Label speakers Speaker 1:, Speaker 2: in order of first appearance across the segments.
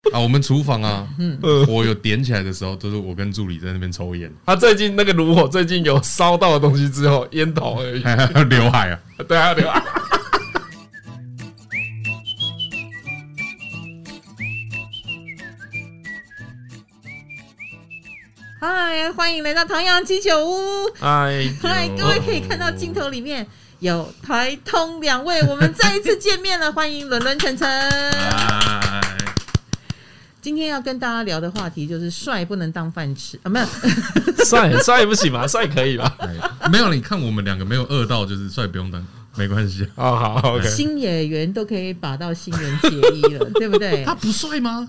Speaker 1: 啊，我们厨房啊，
Speaker 2: 嗯
Speaker 1: 火有点起来的时候，都是我跟助理在那边抽烟，
Speaker 2: 他最近那个炉火最近有烧到的东西之后，烟头而已。
Speaker 1: 还有刘海啊，
Speaker 2: 对啊，对啊。
Speaker 3: 嗨，欢迎来到唐阳鸡酒屋。
Speaker 2: 哎，
Speaker 3: 嗨，各位可以看到镜头里面有台通两位，我们再一次见面了，欢迎伦伦、晨晨。
Speaker 1: 哎，
Speaker 3: 今天要跟大家聊的话题就是帅不能当饭吃 啊，没有，
Speaker 2: 帅帅不行吧？帅可以
Speaker 1: 哎
Speaker 2: 吧？
Speaker 1: 没有，你看我们两个没有饿到，就是帅不用当，没关系啊。
Speaker 2: 哦，好，OK。
Speaker 3: 新演员都可以把到新人结衣 了，对不对
Speaker 1: 他？不帅吗？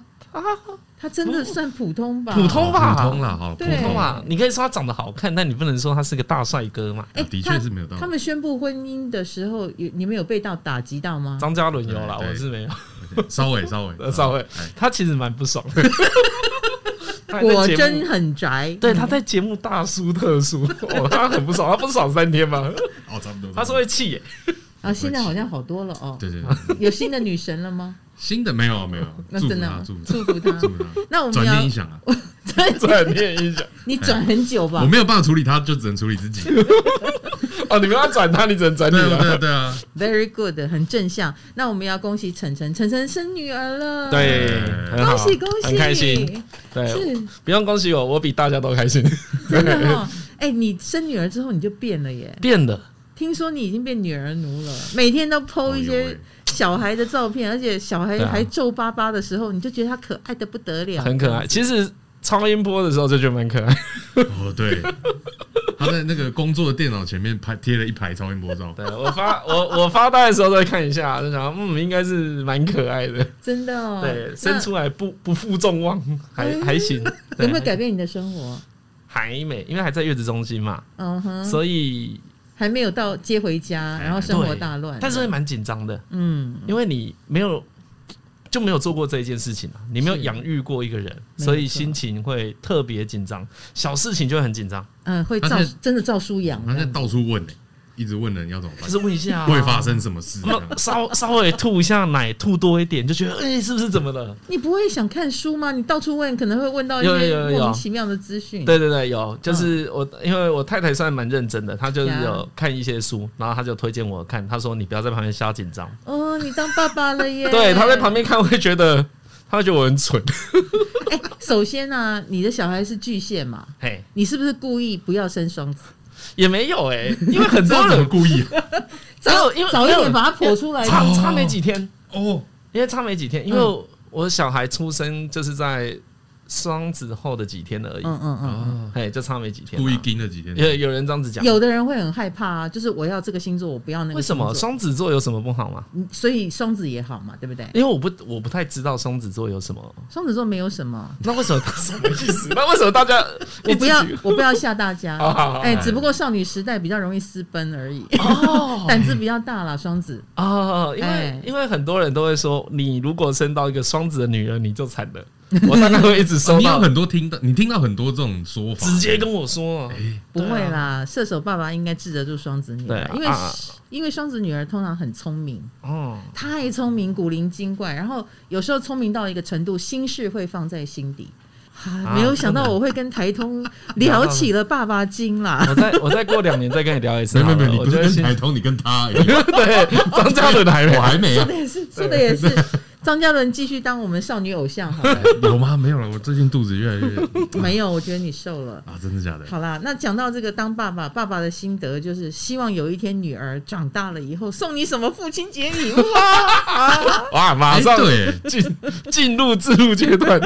Speaker 3: 他真的算普通吧？
Speaker 2: 普通吧
Speaker 1: 哦普通啦，好，普
Speaker 3: 对
Speaker 2: 普
Speaker 1: 通
Speaker 2: 通啊，你可以说他长得好看，但你不能说他是个大帅哥嘛。
Speaker 3: 哎，
Speaker 1: 的确
Speaker 3: 他
Speaker 1: 是没有道理
Speaker 3: 他们宣布婚姻的时候，有你们有被到打击到吗？
Speaker 2: 张嘉伦有啦，
Speaker 1: 对对
Speaker 2: 我是没有，
Speaker 1: 稍微稍微
Speaker 2: 稍微
Speaker 1: 哎，
Speaker 2: 他其实蛮不 爽的。他还在
Speaker 3: 果
Speaker 2: 节目
Speaker 3: 真很宅，
Speaker 2: 对，他在节目大书特 书，哦，他很不爽，他不爽三天吧？
Speaker 1: 哦，差不多。
Speaker 2: 他说会气耶，
Speaker 3: 啊，现在好像好多了哦。
Speaker 1: 对对，对
Speaker 3: 有新的女神了吗？
Speaker 1: 新的没有没有，
Speaker 3: 那
Speaker 1: 祝
Speaker 3: 真
Speaker 1: 福
Speaker 3: 的
Speaker 1: 他
Speaker 3: 吗
Speaker 1: 祝福他
Speaker 3: 祝福他。
Speaker 1: 祝福他。
Speaker 3: 那我们
Speaker 1: 转
Speaker 3: 要
Speaker 1: 念一想啊，
Speaker 2: 转念一下，
Speaker 3: 你转很久吧
Speaker 1: 我？没有办法处理他，就只能处理自己。
Speaker 2: 哦，你们要转他，你只能转 你
Speaker 1: 对啊对啊
Speaker 2: 了。
Speaker 1: 对啊，
Speaker 3: Very good，很正向。那我们要恭喜晨晨，晨晨生女儿了，，
Speaker 2: 对，很好
Speaker 3: 恭喜恭喜，
Speaker 2: 很开心。对，
Speaker 3: 是
Speaker 2: 不用恭喜我，我比大家都开心。
Speaker 3: 真的哦。 哎、你生女儿之后你就变了耶，
Speaker 2: 变了，
Speaker 3: 听说你已经变女儿奴了，每天都剖
Speaker 1: 哦
Speaker 3: 一
Speaker 1: 有
Speaker 3: 些
Speaker 1: 哎
Speaker 3: 小孩的照片，而且小孩
Speaker 2: 欸对啊
Speaker 3: 还皱巴巴的时候，你就觉得他可爱的不得了，
Speaker 2: 很可爱。其实超音波的时候就觉得蛮可爱。
Speaker 1: 哦对，他在那个工作的电脑前面拍贴了一排超音波照，
Speaker 2: 对我发我我发呆的时候都会看一下，就想嗯，应该是蛮可爱的。
Speaker 3: 真的哦。
Speaker 2: 对，
Speaker 3: 那
Speaker 2: 生出来不不负众望，还嗯还行。对
Speaker 3: 有没有改变你的生活？
Speaker 2: 还没，因为还在月子中心嘛，
Speaker 3: 嗯哼，
Speaker 2: 所以
Speaker 3: 还没有到接回家，然后生活
Speaker 2: 对
Speaker 3: 大乱，
Speaker 2: 但是会蛮紧张的，
Speaker 3: 嗯。
Speaker 2: 因为你没有就没有做过这一件事情啊，你没有
Speaker 3: 是
Speaker 2: 养育过一个人，
Speaker 3: 错
Speaker 2: 所以心情会特别紧张，小事情就会很紧张，
Speaker 3: 嗯，会
Speaker 1: 他
Speaker 3: 照
Speaker 1: 是
Speaker 3: 真的照书养
Speaker 1: 他在
Speaker 3: 的，
Speaker 1: 到处问呢，一直问人要怎么办
Speaker 2: 就，是问一下、啊、
Speaker 1: 会发。生什么事？这样
Speaker 2: 那稍稍微吐一下奶，吐多一点，就觉得哎、是不是怎么了？
Speaker 3: 你不会想看书吗？你到处问，可能会问到一
Speaker 2: 有有
Speaker 3: 些
Speaker 2: 有有
Speaker 3: 莫名其妙的资讯。
Speaker 2: 对对对，有，就是我，因为我太太算蛮认真的，她就是
Speaker 3: 嗯呀
Speaker 2: 有看一些书，然后她就推荐我看，她说你不要在旁边瞎紧张。
Speaker 3: 哦，你当爸爸了 耶！
Speaker 2: 对，她在旁。边看会觉得，她会觉得我很蠢。
Speaker 3: 哎、首先呢、你的小孩是巨蟹嘛，
Speaker 2: 嘿，
Speaker 3: 你是不是故意不要生双子？
Speaker 2: 也没有哎、因为很
Speaker 1: 这
Speaker 2: 多
Speaker 1: 样怎么
Speaker 2: 人
Speaker 1: 故意啊？
Speaker 2: 早因为
Speaker 3: 早一点把它剖出来。嗯
Speaker 2: 差差没几天，
Speaker 1: 哦，
Speaker 2: 因为差没几天，因为我小孩出生就是在双子后的几天而已，
Speaker 3: 嗯嗯
Speaker 2: 哎，就差没几天啊。
Speaker 1: 故意盯了几天，
Speaker 2: 有有人这样子讲
Speaker 3: 嗯，，有的人会很害怕啊，就是我要这个星座，我不要那个
Speaker 2: 为什
Speaker 3: 星座。
Speaker 2: 么双子座有什么不好吗？
Speaker 3: 嗯所以双子也好嘛，对不对？
Speaker 2: 因为我不我不太知道双子座有什 么，
Speaker 3: 双子座没有什么，
Speaker 2: 那为什么什 么意思？那为什么大家
Speaker 3: 我不要
Speaker 2: 一直举，哦
Speaker 3: 我不要吓大家。
Speaker 2: 好好好
Speaker 3: 哎、
Speaker 1: 好
Speaker 3: 只不过少女时代比较容易私奔而已，
Speaker 2: 哦
Speaker 3: 胆子比较大啦，双子。
Speaker 2: 哦，因为
Speaker 3: 哎
Speaker 2: 因为很多人都会说，你如果生到一个双子的女人，你就惨 了。我大概会一直收
Speaker 1: 你有
Speaker 2: 到，
Speaker 1: 很多听到，你听到很多这种说法，
Speaker 2: 直接跟我说，
Speaker 3: 不会
Speaker 2: 对啊
Speaker 3: 啦，射手爸爸应该治得住双子女
Speaker 2: 对
Speaker 3: 儿
Speaker 2: 啊，
Speaker 3: 因为、
Speaker 2: 啊
Speaker 3: 因为双子女儿通常很聪明，
Speaker 2: 哦，
Speaker 3: 太聪明，古灵精怪，然后有时候聪明到一个程度，心事会放在心底。啊、没有想到我会跟台通聊起了爸爸经啦，
Speaker 2: 我再我再过两年再跟你聊一次
Speaker 1: 没
Speaker 2: 好了。
Speaker 1: 没没，你
Speaker 2: 我
Speaker 1: 不是
Speaker 2: 觉得
Speaker 1: 跟
Speaker 2: 现
Speaker 1: 台通，你跟他而已，
Speaker 2: 对 张嘉伦还没
Speaker 1: 我还没
Speaker 3: 说
Speaker 1: 啊
Speaker 3: 的，也是，说的也是。张嘉伦继续当我们少女偶像好了，
Speaker 1: 有吗？没有了，我最近肚子越来 越
Speaker 3: 没有，我觉得你瘦了。
Speaker 1: 啊，真的假的？
Speaker 3: 好啦，那讲到这个当爸爸，爸爸的心得就是希望有一天女儿长大了以后送你什么父亲节礼物啊
Speaker 2: 哇，啊马上
Speaker 1: 哎对
Speaker 2: 进进入自录阶 段。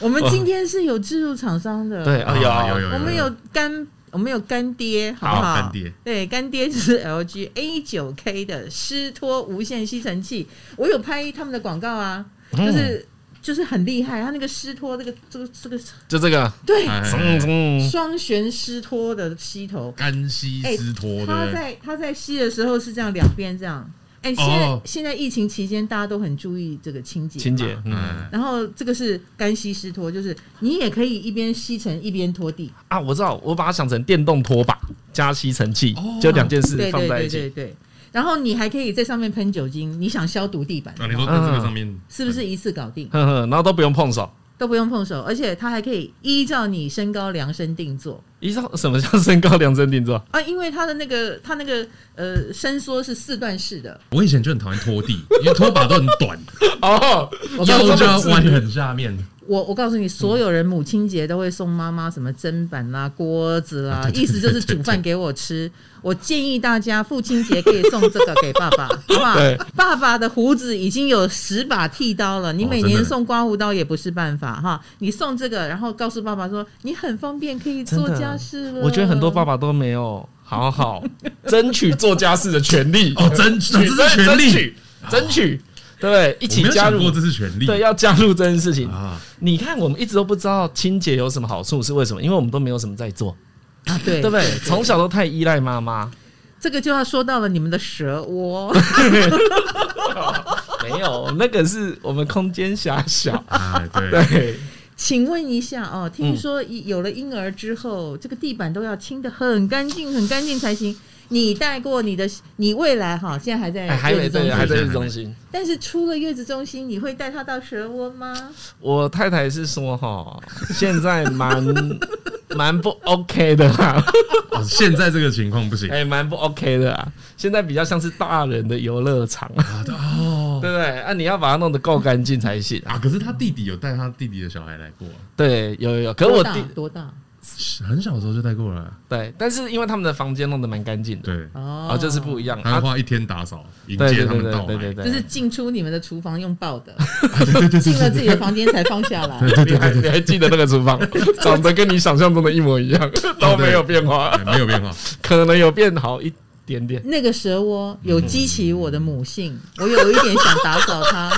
Speaker 3: 我们今天是有植入厂商的，
Speaker 2: 对，，
Speaker 1: 啊
Speaker 2: 哎
Speaker 1: 有
Speaker 2: 呦，
Speaker 1: 有，
Speaker 3: 我们有干，我们有干爹，好不
Speaker 1: 好
Speaker 3: 好？
Speaker 1: 干爹，
Speaker 3: 对，干爹就是 LG A 九 K 的湿拖无线吸尘器，我有拍他们的广告啊，
Speaker 1: 哦
Speaker 3: 就是、就是很厉害，它那个湿拖这个这个这个
Speaker 2: 就这个，
Speaker 3: 对
Speaker 1: 哎
Speaker 2: 嗯嗯，
Speaker 3: 双旋湿拖的吸头，
Speaker 1: 干吸湿拖
Speaker 3: 它
Speaker 1: 的，
Speaker 3: 哎在它在吸的时候是这样两边这样，哎、现在、
Speaker 1: 哦
Speaker 3: 现在疫情期间大家都很注意这个清洁嘛
Speaker 2: 情节，嗯
Speaker 1: 嗯，
Speaker 3: 然后这个是干吸湿拖，就是你也可以一边吸尘一边拖地，
Speaker 2: 啊，我知道，我把它想成电动拖把加吸尘器
Speaker 1: 哦，
Speaker 2: 就两件事
Speaker 3: 对
Speaker 2: 放
Speaker 3: 对
Speaker 2: 在
Speaker 3: 对
Speaker 2: 一起。
Speaker 3: 对对，然后你还可以在上面喷酒精，你想消毒地板，
Speaker 2: 嗯
Speaker 1: 啊，你说在这个上面
Speaker 3: 是不是一次搞定？
Speaker 2: 呵呵，然后都不用碰手。
Speaker 3: 都不用碰手，而且它还可以依照你身高量身定做
Speaker 2: 依照什么叫身高量身定做？
Speaker 3: 啊，因为它的那个它那个呃伸缩是四段式的，
Speaker 1: 我以前就很讨厌拖地，因为拖把都很短，
Speaker 2: 哦，
Speaker 3: 我告诉
Speaker 1: 腰
Speaker 3: 你
Speaker 1: 就要弯很下面。
Speaker 3: 我我告诉
Speaker 2: 嗯
Speaker 3: 你，所有人母亲节都会送妈妈什么砧板啦、锅子 啦，意思就是煮饭给我吃。我建议大家父亲节可以送这个给爸爸，好不好
Speaker 2: 对？
Speaker 3: 爸爸的胡子已经有十把剃刀了，你
Speaker 1: 哦
Speaker 3: 每
Speaker 1: 真
Speaker 3: 年
Speaker 1: 的
Speaker 3: 送刮胡刀也不是办法哈。你送这个，然后告诉爸爸说你很方便，可以做
Speaker 2: 真的
Speaker 3: 家事了。
Speaker 2: 我觉得很多爸爸都没有好好 争取做家事的权利
Speaker 1: 哦，争取这是权
Speaker 2: 争
Speaker 1: 利，
Speaker 2: 取，争取，对不哦对？一
Speaker 1: 一
Speaker 2: 起加入
Speaker 1: 过，这是权利。
Speaker 2: 对，要加入这件事情。
Speaker 1: 啊，
Speaker 2: 你看，我们一直都不知道清洁有什么好处，是为什么？因为我们都没有什么在做，
Speaker 3: 啊，对
Speaker 2: 对不对？从小 都太依赖妈 妈，
Speaker 3: 这个就要说到了你们的蛇窝。
Speaker 2: 没有那个是我们空间狭小，
Speaker 1: 哎，对，
Speaker 2: 对，
Speaker 3: 请问一下
Speaker 2: 嗯
Speaker 3: 哦，听说一有了婴儿之后，这个地板都要清的很干净、很干净才行。你带过你的，你未来哈，现在还在
Speaker 2: 哎还没
Speaker 3: 月子中
Speaker 2: 对，还
Speaker 3: 心，
Speaker 2: 在日中心。
Speaker 3: 但是出了月子中心，你会带他到蛇窝吗？
Speaker 2: 我太太是说哈，现在蛮 蛮不 OK 的啦，
Speaker 1: 哦，现在这个情况不行
Speaker 2: 哎、蛮不 OK 的啊。现在比较像是大人的游乐场，
Speaker 1: 啊哦
Speaker 2: 对不对？啊，你要把它弄得够干净才行啊。
Speaker 1: 啊！可是他弟弟有带他弟弟的小孩来过啊，
Speaker 2: 对，有有有，可是我
Speaker 3: 多大
Speaker 2: 弟
Speaker 3: 多大？
Speaker 1: 很小的时候就带过了。
Speaker 2: 对，但是因为他们的房间弄得蛮干净的，
Speaker 1: 对，
Speaker 3: 哦
Speaker 2: 啊，这是不一样
Speaker 1: 他要
Speaker 2: 啊。
Speaker 1: 花一天打扫，迎
Speaker 2: 对
Speaker 1: 接
Speaker 2: 对
Speaker 1: 他
Speaker 2: 对
Speaker 1: 们
Speaker 2: 对
Speaker 1: 到来。
Speaker 2: 对对对，
Speaker 3: 就是进出你们的厨房用抱 的，进了自己的房间才放下来。
Speaker 2: 你还你还记得那个厨房长得跟你想象中的一模一样，都没有变化，
Speaker 1: 哎没有变 化，
Speaker 2: 可能有变好一点点。
Speaker 3: 那个蛇窝有激起我的母性，我有一点想打扫它，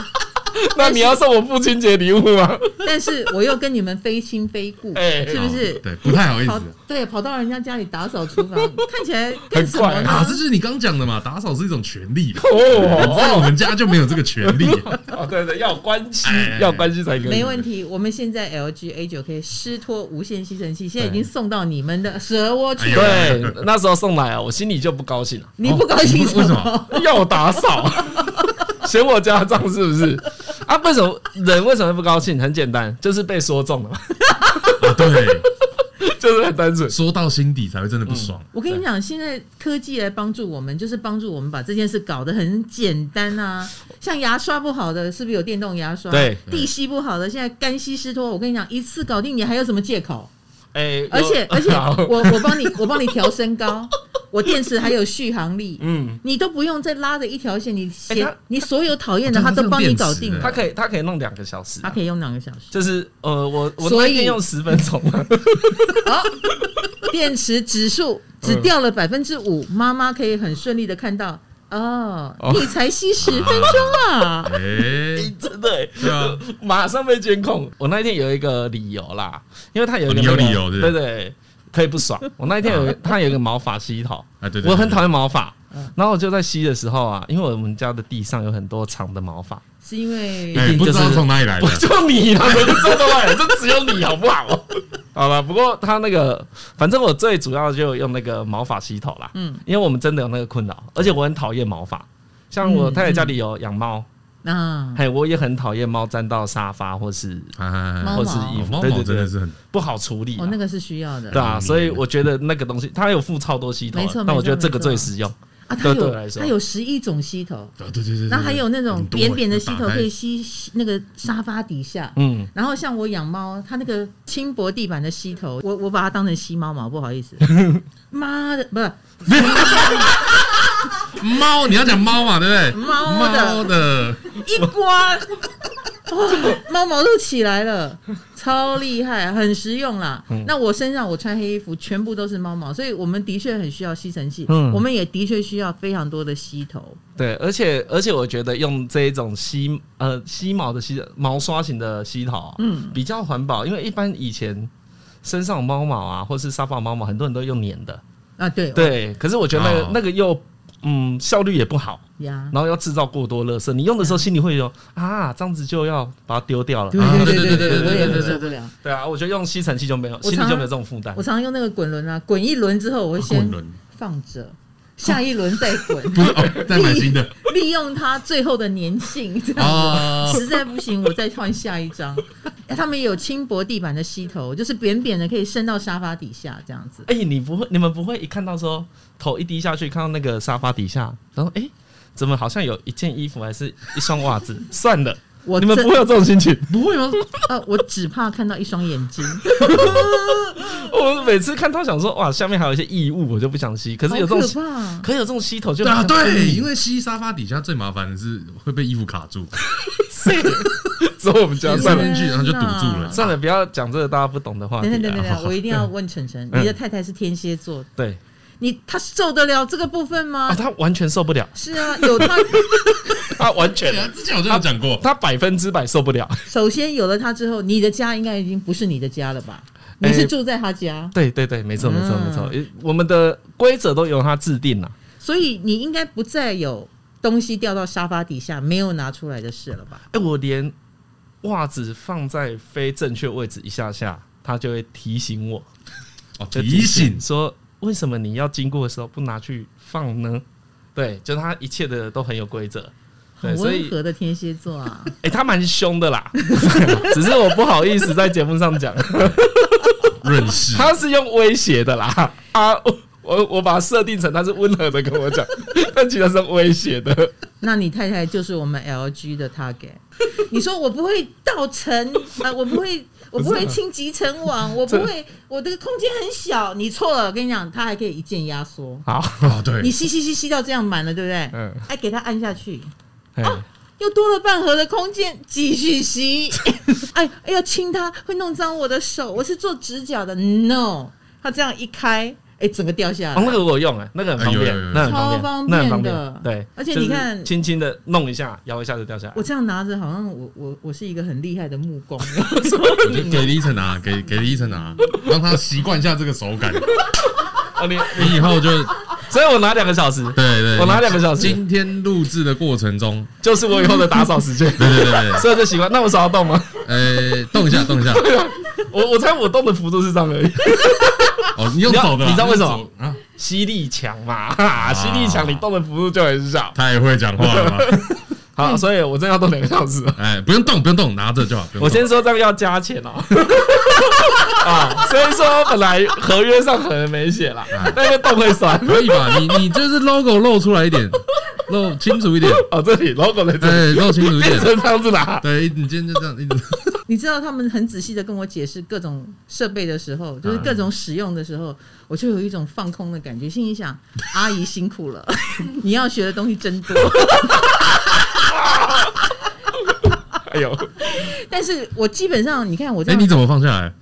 Speaker 2: 那你要送我父亲节礼物吗？
Speaker 3: 但是我又跟你们非亲非故，
Speaker 2: 哎
Speaker 3: 是不是
Speaker 1: 哦？对，不太好意
Speaker 3: 跑
Speaker 1: 思
Speaker 3: 对，跑到人家家里打扫厨房，看起来干
Speaker 2: 很
Speaker 3: 什么
Speaker 2: 怪
Speaker 1: 啊！
Speaker 3: 呢
Speaker 1: 这？就是你刚讲的嘛，打扫是一种权利，
Speaker 2: 哦，
Speaker 1: 在我们家就没有这个权 利。
Speaker 2: 哦，对对，要有关系
Speaker 1: 哎，
Speaker 2: 要有关系才可以。
Speaker 3: 没问题，我们现在 LG A 9 K 湿拖无线吸尘器现在已经送到你们的蛇窝
Speaker 2: 哎
Speaker 3: 去了，
Speaker 2: 对，那时候送来啊，我心里就不高兴了，
Speaker 3: 你不高兴
Speaker 1: 哦为什么
Speaker 3: 么？
Speaker 2: 要我打扫，嫌我家脏是不是？啊，为什么人为什么会不高兴？很简单，就是被说中了嘛，
Speaker 1: 啊，对，
Speaker 2: 就是很单纯。
Speaker 1: 说到心底才会真的不爽。
Speaker 3: 我跟你讲，现在科技来帮助我们，就是帮助我们把这件事搞得很简单啊。像牙刷不好的，是不是有电动牙刷？
Speaker 2: 对
Speaker 3: 地吸不好的，现在干吸湿拖，我跟你讲，一次搞定，你还有什么借口？
Speaker 2: 哎，
Speaker 3: 而且
Speaker 2: 有
Speaker 3: 而且
Speaker 2: 好，
Speaker 3: 我我帮你我帮你调身高，我电池还有续航力，
Speaker 2: 嗯，
Speaker 3: 你都不用再拉着一条线，你
Speaker 2: 哎
Speaker 3: 写
Speaker 2: 它
Speaker 3: 你所有讨厌的，
Speaker 1: 哦
Speaker 3: 他
Speaker 1: 它
Speaker 3: 都帮你搞
Speaker 1: 是用
Speaker 3: 定
Speaker 1: 电池
Speaker 2: 他
Speaker 1: 的
Speaker 3: 了，
Speaker 2: 可以他可以弄两个小时
Speaker 3: 他
Speaker 2: 啊，
Speaker 3: 可以用两个小 时。
Speaker 2: 就是呃，我我
Speaker 3: 所
Speaker 2: 那
Speaker 3: 以
Speaker 2: 天用十分钟 啊，
Speaker 3: 哦，电池指数只掉了百分之五，妈妈可以很顺利的看到。哦
Speaker 2: 哦，
Speaker 3: 你才吸十分钟 啊！
Speaker 1: 哎，
Speaker 2: 真的欸
Speaker 1: 对啊，
Speaker 2: 马上被监控。我那一天有一个理由啦，因为他有
Speaker 1: 哦
Speaker 2: 一个、
Speaker 1: 你有
Speaker 2: 那个
Speaker 1: 理由是不是
Speaker 2: 对对，可以不爽。我那一天有一个他有一个毛发吸头，
Speaker 1: 啊对对对
Speaker 2: 我很讨厌毛发
Speaker 3: 嗯。
Speaker 2: 然后我就在吸的时候啊，因为我们家的地上有很多长的毛发，
Speaker 3: 是因为
Speaker 1: 哎
Speaker 2: 一定
Speaker 1: 不
Speaker 2: 就是
Speaker 1: 知道从哪里来
Speaker 2: 不
Speaker 1: 的。
Speaker 2: 就你啊，谁就说出来，就只有你好不好？ 好了，不过他那个，反正我最主要就用那个毛发吸头啦，嗯
Speaker 3: 嗯，
Speaker 2: 因为我们真的有那个困扰，而且我很讨厌毛发，像我太太家里有养猫，
Speaker 3: 啊，
Speaker 2: 嘿，我也很讨厌猫沾到沙发或是
Speaker 1: 啊
Speaker 3: 猫
Speaker 2: 或是
Speaker 3: 毛
Speaker 2: 衣服，
Speaker 1: 猫
Speaker 2: 对对
Speaker 1: 毛
Speaker 2: 对，
Speaker 1: 真的是很
Speaker 2: 不好处理、
Speaker 3: 哦，那个是需要的
Speaker 2: 对啊，
Speaker 1: 嗯
Speaker 2: 所以我觉得那个东西它有附超多吸头
Speaker 3: 没错，
Speaker 2: 但我
Speaker 3: 没错
Speaker 2: 觉得这个
Speaker 3: 没错
Speaker 2: 最实用。
Speaker 3: 啊，它
Speaker 2: 对对
Speaker 3: 有
Speaker 2: 我来说
Speaker 3: 它有十一种吸头，
Speaker 1: 啊，对对对对。
Speaker 3: 然后还有那种扁扁的吸头可以
Speaker 1: 洗
Speaker 3: 吸吸那个沙发底下，
Speaker 2: 嗯，
Speaker 3: 然后像我养猫，它那个轻薄地板的吸头，我我把它当成吸猫毛，不好意思。妈的，不是
Speaker 1: 猫，你要讲猫嘛，对不对？
Speaker 3: 猫的
Speaker 1: 猫的，
Speaker 3: 一刮，哇，猫毛都起来了，超厉害，很实用啦。那我身上我穿黑衣服，全部都是猫毛，所以我们的确很需要吸尘器，
Speaker 2: 嗯
Speaker 3: 我们也的确需要非常多的吸头。
Speaker 2: 对，而且而且我觉得用这一种吸呃吸毛的吸毛刷型的吸头，嗯，比较环保，因为一般以前。身上有猫毛啊，或是沙发有猫毛，很多人都用粘的。
Speaker 3: 啊，对
Speaker 2: 对，可是我觉得那个、
Speaker 1: 哦
Speaker 2: 那个又嗯效率也不好，
Speaker 3: 呀，
Speaker 2: 然后要制造过多垃圾。你用的时候心里会有啊，这样子就要把它丢掉了。
Speaker 3: 对
Speaker 1: 啊
Speaker 3: 对
Speaker 1: 对对
Speaker 3: 对对
Speaker 1: 对
Speaker 3: 我
Speaker 1: 对对
Speaker 3: 也很
Speaker 1: 对
Speaker 3: 受不了。
Speaker 2: 对啊，我觉得用吸尘器就没有，
Speaker 3: 我
Speaker 2: 心里
Speaker 3: 常
Speaker 2: 就没有这种负担
Speaker 3: 我。常常用那个滚轮啊，滚一轮之后，我会
Speaker 1: 滚
Speaker 3: 先
Speaker 1: 轮
Speaker 3: 放着，下一轮再滚，
Speaker 1: 不是哦，再买新 的
Speaker 3: 利用它最后的粘性。这样
Speaker 1: 啊，
Speaker 3: 实在不行，我再换下一张。他们有轻薄地板的吸头，就是扁扁的，可以伸到沙发底下这样子。
Speaker 2: 哎、你不会，你们不会一看到说头一低下去，看到那个沙发底下，然后哎、怎么好像有一件衣服还是一双袜 子？算了，
Speaker 3: 我
Speaker 2: 你们
Speaker 3: 真
Speaker 2: 不会有这种心情。
Speaker 1: 不会吗？
Speaker 3: 呃，我只怕看到一双眼睛，
Speaker 2: 我每次看到想说，哇，下面还有一些异物，我就不想 吸。可
Speaker 3: 可
Speaker 2: 是有这
Speaker 3: 可
Speaker 2: 种，
Speaker 3: 怕。
Speaker 2: 可有这种吸头就
Speaker 1: 对啊，
Speaker 2: 不想
Speaker 1: 对，
Speaker 2: 吸
Speaker 1: 因为吸沙发底下最麻烦的是会被衣服卡住，
Speaker 2: 谁？ 之后我们家
Speaker 1: 然后塞
Speaker 2: 算
Speaker 3: 天
Speaker 2: 了
Speaker 1: 进去然后就堵住
Speaker 3: 哪
Speaker 1: 了。
Speaker 2: 算了，不要讲这个大家不懂的话题
Speaker 3: 等
Speaker 2: 啊。
Speaker 3: 等等等
Speaker 2: 好
Speaker 3: 等，
Speaker 2: 好
Speaker 3: 我一定要问晨晨，
Speaker 2: 嗯
Speaker 3: 你的太太是天蝎座，
Speaker 2: 对
Speaker 3: 你她受得了这个部分吗
Speaker 2: 啊，？他完全受不了，
Speaker 3: 是啊，有她，
Speaker 2: 他完
Speaker 1: 对
Speaker 2: 全
Speaker 1: 啊，之前我就有讲过，
Speaker 2: 他百分之百受不了。
Speaker 3: 首先有了她之后，你的家应该已经不是你的家了吧？
Speaker 2: 哎
Speaker 3: 你是住在她家，
Speaker 2: 对对对，没错没错
Speaker 3: 嗯
Speaker 2: 没错，诶我们的规则都由他制定了。
Speaker 3: 所以你应该不再有东西掉到沙发底下没有拿出来的事了吧？
Speaker 2: 哎、我连袜子放在非正确位置一下下，他就会提醒我，
Speaker 1: 哦，
Speaker 2: 就
Speaker 1: 提醒
Speaker 2: 说为什么你要经过的时候不拿去放呢？对，就他一切的都很有规则。对
Speaker 3: 很
Speaker 2: 所以
Speaker 3: 温和的天蝎座啊，
Speaker 2: 哎、他蛮凶的啦， 只是我不好意思在节目上讲，
Speaker 1: 认识，
Speaker 2: 他是用威胁的啦。啊，我我我把它设定成他是温和的跟我讲， 但其实他是用威胁的。
Speaker 3: 那你太太就是我们 LG 的 target。你说我不会倒成，呃，我不会，我
Speaker 2: 不是
Speaker 3: 不会
Speaker 2: 啊
Speaker 3: 轻集成网，我不会，我的空间很小。你错了，我跟你讲，它还可以一键压缩。
Speaker 2: 好，
Speaker 1: 哦，对
Speaker 3: 你，吸吸吸吸到这样满了，对不对？
Speaker 2: 嗯，
Speaker 3: 哎，给它按下去，
Speaker 2: 哎、
Speaker 3: 哦又多了半盒的空间，继 续吸。哎，哎要亲它会弄脏我的手，我是做指甲的，no。它这样一开，哎，整个掉下
Speaker 2: 哦，
Speaker 3: 来。
Speaker 2: 那个我用哎、那个很方
Speaker 1: 哎
Speaker 2: 便
Speaker 1: 有有有，
Speaker 2: 那很方
Speaker 3: 超方
Speaker 2: 便，那很方
Speaker 3: 便的
Speaker 2: 便。对，
Speaker 3: 而且
Speaker 2: 就是
Speaker 3: 你看
Speaker 2: 轻轻的弄一下，摇一下就掉下来
Speaker 3: 我。这样拿着，好像我我我是一个很厉害的木工。
Speaker 1: 你就给李晨拿，给给李晨拿，让他习惯一下这个手感。
Speaker 2: 哦，你，
Speaker 1: 你以后就
Speaker 2: 所以我拿两个小时，
Speaker 1: 对对，
Speaker 2: 我拿两个小时
Speaker 1: 今天录制的过程中，
Speaker 2: 就是我以后的打扫时间。
Speaker 1: 对对对对，
Speaker 2: 所以我就喜欢，那我手要动吗？
Speaker 1: 呃，动一下，动一下。
Speaker 2: 我我猜我动的幅度是这样而已，
Speaker 1: 哦，你用
Speaker 2: 你知道
Speaker 1: 走的啊，
Speaker 2: 你知道为什么
Speaker 1: 用走啊？
Speaker 2: 吸力强嘛，哈，吸力强，你动的幅度就很小。
Speaker 1: 太会讲话了 吧？
Speaker 2: 好，所以我真的要动两个小时。哦
Speaker 1: 哎，不用动，不用动，拿着就好。不用动
Speaker 2: 我先说这个要加钱哦。啊，所以说本来合约上可能没写啦，
Speaker 1: 啊
Speaker 2: 但是动会酸。
Speaker 1: 可以吧？你你就是 logo 露出来一点，露清楚一 点，
Speaker 2: 哦，这里 logo 在这里，
Speaker 1: 哎，露清楚一
Speaker 2: 变
Speaker 1: 点。
Speaker 2: 成这样子啦。
Speaker 1: 对，你今天就这样一 直
Speaker 3: 你知道他们很仔细的跟我解释各种设备的时候，就是各种使用的时候，我就有一种放空的感觉，心里想：阿姨辛苦了， 你要学的东西真多。
Speaker 2: 哎呦，
Speaker 3: 但是我基本上，你看我这
Speaker 1: 哎，
Speaker 3: 样，
Speaker 1: 你怎么放下来？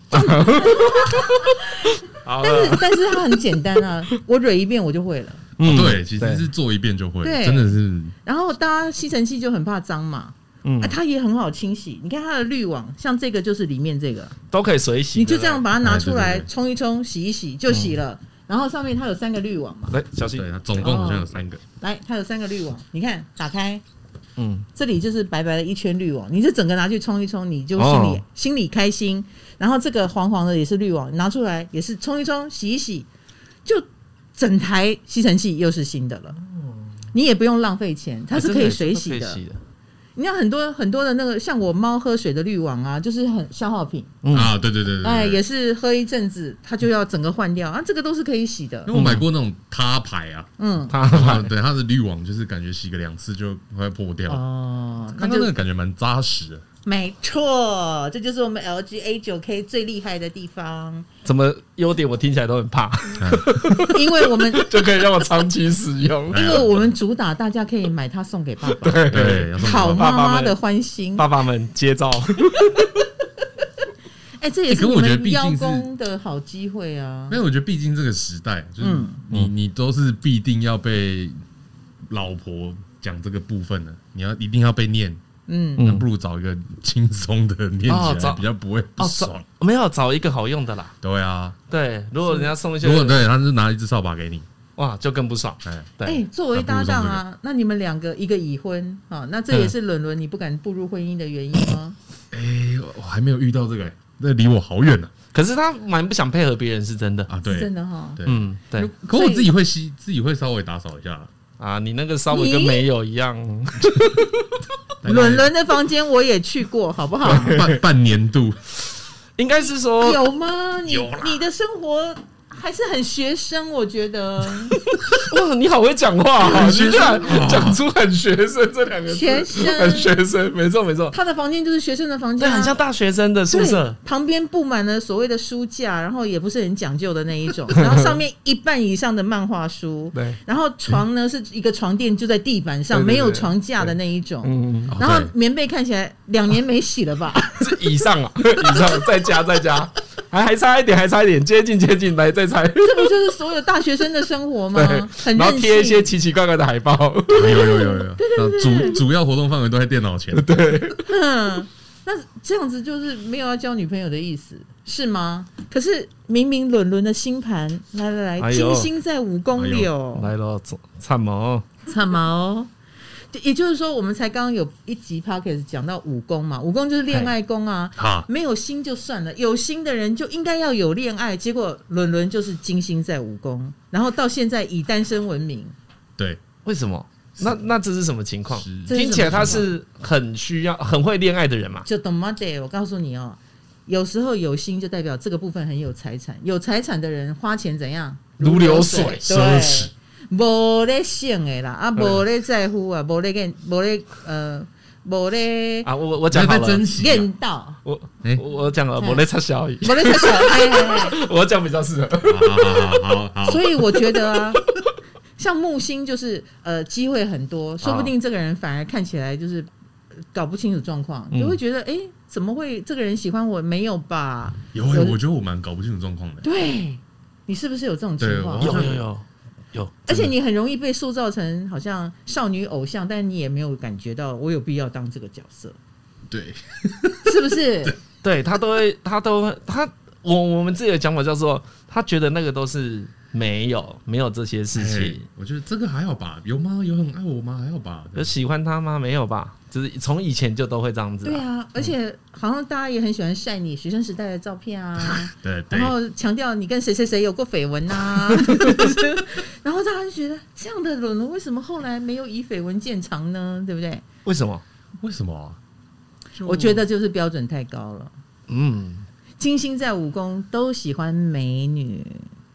Speaker 2: 好呃
Speaker 3: 但 是
Speaker 2: 了，
Speaker 3: 但是它很简单啊，我蕊一遍我就会了。
Speaker 2: 嗯
Speaker 1: 对，其实是做一遍就会，
Speaker 3: 对
Speaker 1: 真的是
Speaker 3: 然后大家吸尘器就很怕脏嘛，
Speaker 2: 嗯
Speaker 3: 啊，它也很好清洗。你看它的滤网，像这个就是里面这个，
Speaker 2: 都可以水洗，
Speaker 3: 你就这样
Speaker 2: 吧。
Speaker 3: 把它拿
Speaker 1: 哎
Speaker 3: 出
Speaker 1: 对
Speaker 3: 来
Speaker 1: 对对
Speaker 3: 冲一冲，洗一洗就洗了。然后上面它有三个滤网嘛，
Speaker 2: 来，小心哎
Speaker 1: 对，，它总共好像有三个，
Speaker 3: 来，它有三个滤网，你看打开。
Speaker 2: 嗯，
Speaker 3: 这里就是白白的一圈滤网，你这整个拿去冲一冲，你就心里、
Speaker 2: 哦
Speaker 3: 心里开心。然后这个黄黄的也是滤网，你拿出来也是冲一冲、洗一洗，就整台吸尘器又是新的了。你也不用浪费钱，
Speaker 2: 哎
Speaker 3: 它是可以水洗的。
Speaker 2: 的。
Speaker 3: 你看很多很多的那个，像我猫喝水的滤网啊，就是很消耗品，
Speaker 2: 嗯
Speaker 1: 啊，对对对对对，
Speaker 3: 哎，也是喝一阵子它就要整个换掉啊，这个都是可以洗的
Speaker 1: 因为。我买过那种他牌 啊，
Speaker 3: 嗯，
Speaker 2: 他
Speaker 1: 啊对，它的滤网就是感觉洗个两次就快破掉了，
Speaker 3: 哦，那
Speaker 1: 看它
Speaker 3: 就
Speaker 1: 那个感觉蛮扎实的。
Speaker 3: 没错，这就是我们 LG A 九 K 最厉害的地方。
Speaker 2: 怎么优点我听起来都很怕，
Speaker 3: 因为我们
Speaker 2: 就可以让我长期使用。
Speaker 1: 哎
Speaker 3: 因为我们主打大家可以买它送给爸爸，
Speaker 1: 对， 要送
Speaker 3: 好
Speaker 1: 爸爸
Speaker 3: 妈妈的欢心。
Speaker 2: 爸爸们接招，
Speaker 3: 哎，这也
Speaker 1: 哎
Speaker 3: 是
Speaker 1: 可我
Speaker 3: 我
Speaker 1: 觉得
Speaker 3: 们
Speaker 1: 毕竟是
Speaker 3: 邀功的好机会 啊
Speaker 1: 因。为我觉得，毕竟这个时代，就是
Speaker 3: 嗯
Speaker 1: 你你都是必定要被老婆讲这个部分的，你要一定要被念，
Speaker 3: 嗯，
Speaker 1: 那不如找一个轻松的念
Speaker 2: 哦
Speaker 1: 起来，
Speaker 2: 找
Speaker 1: 比较不会不
Speaker 2: 哦，
Speaker 1: 爽
Speaker 2: 找。没有找一个好用的啦。
Speaker 1: 对啊，
Speaker 2: 对，嗯如果人家送一些
Speaker 1: 如，果对，他是拿一支扫把给你，
Speaker 2: 哇，就更不爽。
Speaker 1: 哎，
Speaker 3: 哎
Speaker 2: 对，，
Speaker 3: 作为搭档啊，那你们两个一个已婚啊，那
Speaker 1: 嗯
Speaker 3: 这也是伦伦你不敢步入婚姻的原因吗？
Speaker 1: 哎，我还没有遇到这个，欸那离我好远呢。
Speaker 2: 可是他蛮不想配合别人，是真的。
Speaker 1: 啊，
Speaker 3: 是
Speaker 1: 对
Speaker 3: 真，的哈。
Speaker 1: 对。
Speaker 2: 嗯，对
Speaker 1: 可我自己会吸，自己会稍微打扫一下。
Speaker 2: 啊，你那个稍微跟
Speaker 3: 你
Speaker 2: 没有一样，
Speaker 1: 大概
Speaker 3: 伦伦的房间我也去过，好不好？
Speaker 1: 半半半年度，
Speaker 2: 应该是说
Speaker 3: 有吗？你
Speaker 1: 有啦
Speaker 3: 你的生活还是很学生，我觉得
Speaker 2: 哇，你好会讲话、啊，
Speaker 1: 很
Speaker 2: 你
Speaker 1: 学
Speaker 2: 居然
Speaker 1: 生
Speaker 2: 讲出“很学生”这两个字，
Speaker 3: 学生
Speaker 2: 很学生，没错没错，
Speaker 3: 他的房间就是学生的房间
Speaker 2: 对，
Speaker 3: 啊、
Speaker 2: 很像大学生的宿
Speaker 3: 对
Speaker 2: 舍，
Speaker 3: 旁边布满了所谓的书架，然后也不是很讲究的那一 种，然后上面一半以上的漫画书，
Speaker 2: 对，
Speaker 3: 然后床呢是一个床垫就在地板上，
Speaker 2: 对对对
Speaker 3: 没有床架的那一种，
Speaker 2: 嗯，
Speaker 1: 哦
Speaker 3: 然后
Speaker 1: 对
Speaker 3: 棉被看起来两年没洗了吧？
Speaker 2: 这以上啊， 以上再加再加，还还差一点，还差一点，接近接近，来再猜，
Speaker 3: 这不就是所有大学生的生活 吗？
Speaker 2: 对，
Speaker 3: 啊很
Speaker 2: 然后
Speaker 3: 任
Speaker 2: 贴一些
Speaker 3: 性，
Speaker 2: 奇奇怪怪的海报，
Speaker 1: 有啊有有有有，然后主主要活动范围都在电脑前。
Speaker 3: 嗯， 那这样子就是没有要交女朋友的意思。是吗？可是明明伦伦的星盘，来来来，
Speaker 2: 哎呦
Speaker 3: 金星在五宫
Speaker 1: 哎
Speaker 3: 里哦，
Speaker 2: 来咯，灿谋，
Speaker 3: 什么哦？也就是说，我们才刚刚有一集 p o c a s t 讲到武功嘛，武功就是恋爱功啊。
Speaker 1: 哈，
Speaker 3: 没有心就算了，有心的人就应该要有恋爱。结果伦伦就是金星在武功，然后到现在以单身闻名。
Speaker 1: 对，
Speaker 2: 为什么？那那这是什么情况？
Speaker 3: 这是
Speaker 2: 听起来
Speaker 3: 什么
Speaker 2: 他
Speaker 3: 情况
Speaker 2: 是很需要、很会恋爱的人嘛？
Speaker 3: 就懂吗？得，我告诉你哦，有时候有心就代表这个部分很有财产，有财产的人花钱怎样？
Speaker 2: 如流水
Speaker 1: 奢
Speaker 3: 对
Speaker 1: 侈，嗯
Speaker 3: 无咧想的啦，啊，无咧在乎啊，无咧跟，无咧呃，无咧
Speaker 2: 啊，我我讲
Speaker 1: 讲
Speaker 2: 好
Speaker 1: 在
Speaker 2: 了，
Speaker 1: 珍惜啊。
Speaker 3: 练到，
Speaker 2: 我
Speaker 1: 哎
Speaker 2: 我我讲了，我在插小雨，
Speaker 3: 无咧在想。哎嘿嘿嘿
Speaker 2: 我讲比较适合。
Speaker 1: 好好好好好，
Speaker 3: 所以我觉 得啊，像木星就是呃机会很
Speaker 1: 啊
Speaker 3: 多，说不定这个人反而看起来就是呃搞不清楚状况，
Speaker 2: 嗯
Speaker 3: 就会觉得哎、诶怎么会这个人喜欢我？没有吧？
Speaker 1: 有欸我觉得我蛮搞不清楚状况的。
Speaker 3: 对你是不是有这种情况
Speaker 1: 对？我
Speaker 2: 有有有有，
Speaker 3: 而且
Speaker 2: 真的
Speaker 3: 你很容易被塑造成好像少女偶像，但你也没有感觉到我有必要当这个角色，
Speaker 1: 对，
Speaker 3: 是不是？
Speaker 2: 对他都会，他都会，他我我们自己的讲法叫做，他觉得那个都是没有没有这些事
Speaker 1: 哎
Speaker 2: 情，
Speaker 1: 我觉得这个还好吧，有吗？有很爱我吗？还好吧。
Speaker 2: 有喜欢他吗？没有吧，就是从以前就都会这样子
Speaker 3: 对。啊，而且好像大家也很喜欢晒你学生时代的照片啊。
Speaker 1: 对对
Speaker 3: 然，后强调你跟谁谁谁有过绯闻呐，然后大家就觉得这样的伦伦为什么后来没有以绯闻见长呢？对不对？
Speaker 2: 为什么？
Speaker 1: 为什么啊？就
Speaker 3: 我觉得就是标准太高了。
Speaker 2: 嗯，
Speaker 3: 金星在五宫都喜欢美女，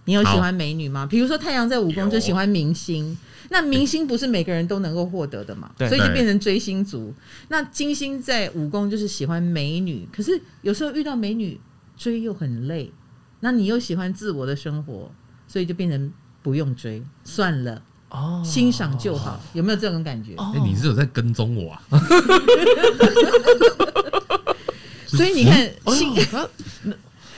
Speaker 3: 你有喜欢美女吗？比如说太阳在五宫
Speaker 1: 有
Speaker 3: 就喜欢明星，那明星不是每个人都能够获得的嘛，
Speaker 2: 对
Speaker 3: 所以就变成追星族。那金星在五宫就是喜欢美女，可是有时候遇到美女追又很累，那你又喜欢自我的生活，所以就变成不用追，算了，
Speaker 2: 哦，
Speaker 3: 欣赏就好。有没有这种感觉？
Speaker 2: 哦
Speaker 1: 哎，你是有在跟踪我 啊？
Speaker 3: 所以你看，
Speaker 2: 哎
Speaker 3: 星
Speaker 2: 呦他那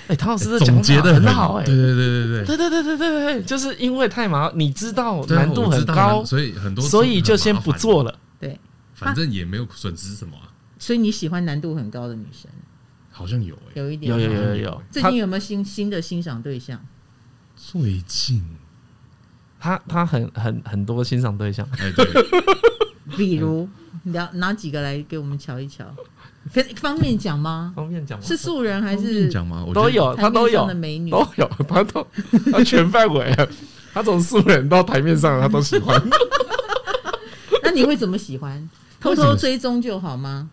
Speaker 2: 哎，唐老师这
Speaker 1: 总
Speaker 2: 讲
Speaker 1: 结
Speaker 2: 法
Speaker 1: 的
Speaker 2: 很好哎
Speaker 1: 对。对对对对
Speaker 2: 对对对对对对，就是因为太麻，你知道
Speaker 1: 对啊，
Speaker 2: 难度
Speaker 1: 我
Speaker 2: 很
Speaker 1: 知道
Speaker 2: 高
Speaker 1: 啊，所以很多
Speaker 2: 所以就先不做
Speaker 1: 了，
Speaker 2: 了。
Speaker 3: 对，
Speaker 1: 反正也没有损失什么啊，
Speaker 3: 所以你喜欢难度很高的女生，
Speaker 1: 好像有哎。
Speaker 3: 有一点
Speaker 2: 有
Speaker 3: 吗。
Speaker 2: 有有有有，
Speaker 3: 最
Speaker 2: 他
Speaker 3: 近有没有新新的欣赏对象？
Speaker 1: 最 近，
Speaker 2: 他他很很很多欣赏对象，
Speaker 1: 哎对，
Speaker 3: 比如，聊哪几个来给我们瞧一瞧？可方便讲吗？
Speaker 2: 方便讲吗？
Speaker 3: 是素人还
Speaker 1: 方便
Speaker 3: 是
Speaker 1: 讲吗？我觉得
Speaker 2: 都有，他
Speaker 3: 台
Speaker 2: 都
Speaker 3: 面
Speaker 2: 有
Speaker 3: 上的美女？
Speaker 2: 都有，他都他全范围，他从素人到台面上，他都喜 欢。
Speaker 3: 那你会怎么喜欢？偷偷追踪就好吗？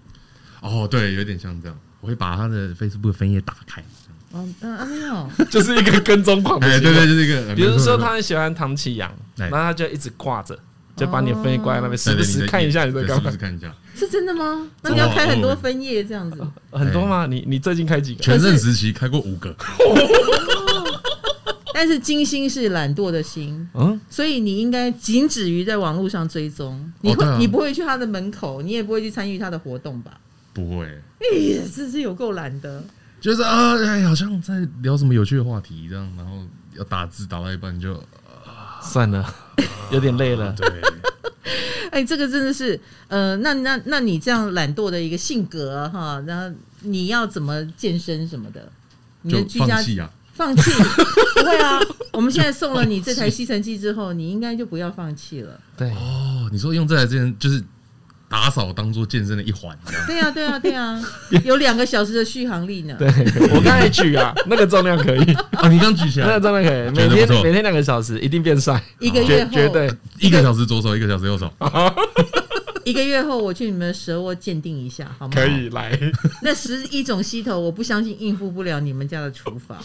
Speaker 1: 哦，对，有点像这样。我会把他的 Facebook 分页打开，
Speaker 3: 哦，嗯啊，没有，
Speaker 2: 就是一个跟踪狂的
Speaker 1: 哎，
Speaker 2: 行
Speaker 1: 对
Speaker 2: 为。
Speaker 1: 对，就是一个。
Speaker 2: 比如
Speaker 1: 没错
Speaker 2: 说
Speaker 1: 没错
Speaker 2: 他很喜欢唐启阳，
Speaker 1: 哎
Speaker 2: 然后他就一直挂着，就把你的分页挂在那边，时
Speaker 1: 对
Speaker 2: 不
Speaker 1: 对
Speaker 2: 时
Speaker 1: 你
Speaker 2: 看一下你在
Speaker 1: 对
Speaker 2: 干
Speaker 1: 时不
Speaker 2: 嘛
Speaker 1: 时。看一下。
Speaker 3: 是真的吗？那你要开很多分页这样子，
Speaker 2: 很多吗？你你最近开几个？
Speaker 1: 哎全盛时期开过五个，
Speaker 3: 但是金星是懒惰的心。
Speaker 2: 嗯，
Speaker 3: 所以你应该仅止于在网络上追踪，你会、
Speaker 1: 对啊
Speaker 3: 你不会去他的门口，你也不会去参与他的活动吧？
Speaker 1: 不会，
Speaker 3: 哎、这是有够懒的。
Speaker 1: 就是啊，哎，好像在聊什么有趣的话题这样，然后要打字打到一半就
Speaker 2: 算 了，有点累了。
Speaker 1: 对，
Speaker 3: 哎，这个真的是，呃，那那那你这样懒惰的一个性格啊哈，然后你要怎么健身什么的？你 的
Speaker 1: 就
Speaker 3: 居家
Speaker 1: 放弃啊，
Speaker 3: 放弃不会啊？我们现在送了你这台吸尘器之后，你应该就不要放弃了。
Speaker 2: 对，
Speaker 1: 哦，你说用这台之前就是打扫当做健身的一 环，这样
Speaker 3: 对啊，对啊，对啊，有两个小时的续航力呢。
Speaker 2: 对我刚才 举啊，那个重量可以，
Speaker 1: 啊，你刚举起
Speaker 2: 那个
Speaker 1: 来，
Speaker 2: 重量可以，
Speaker 1: 觉
Speaker 2: 每
Speaker 1: 得不错
Speaker 2: 天每天两个小时，一定变帅，
Speaker 3: 一个月
Speaker 2: 绝
Speaker 3: 后，
Speaker 2: 绝对。
Speaker 1: 一个小时左手，一个小时右手，
Speaker 3: 一个月后我去你们的蛇窝鉴定一下，好吗？
Speaker 2: 可。以来，
Speaker 3: 那十一种溪头，我不相信应付不了你们家的厨房。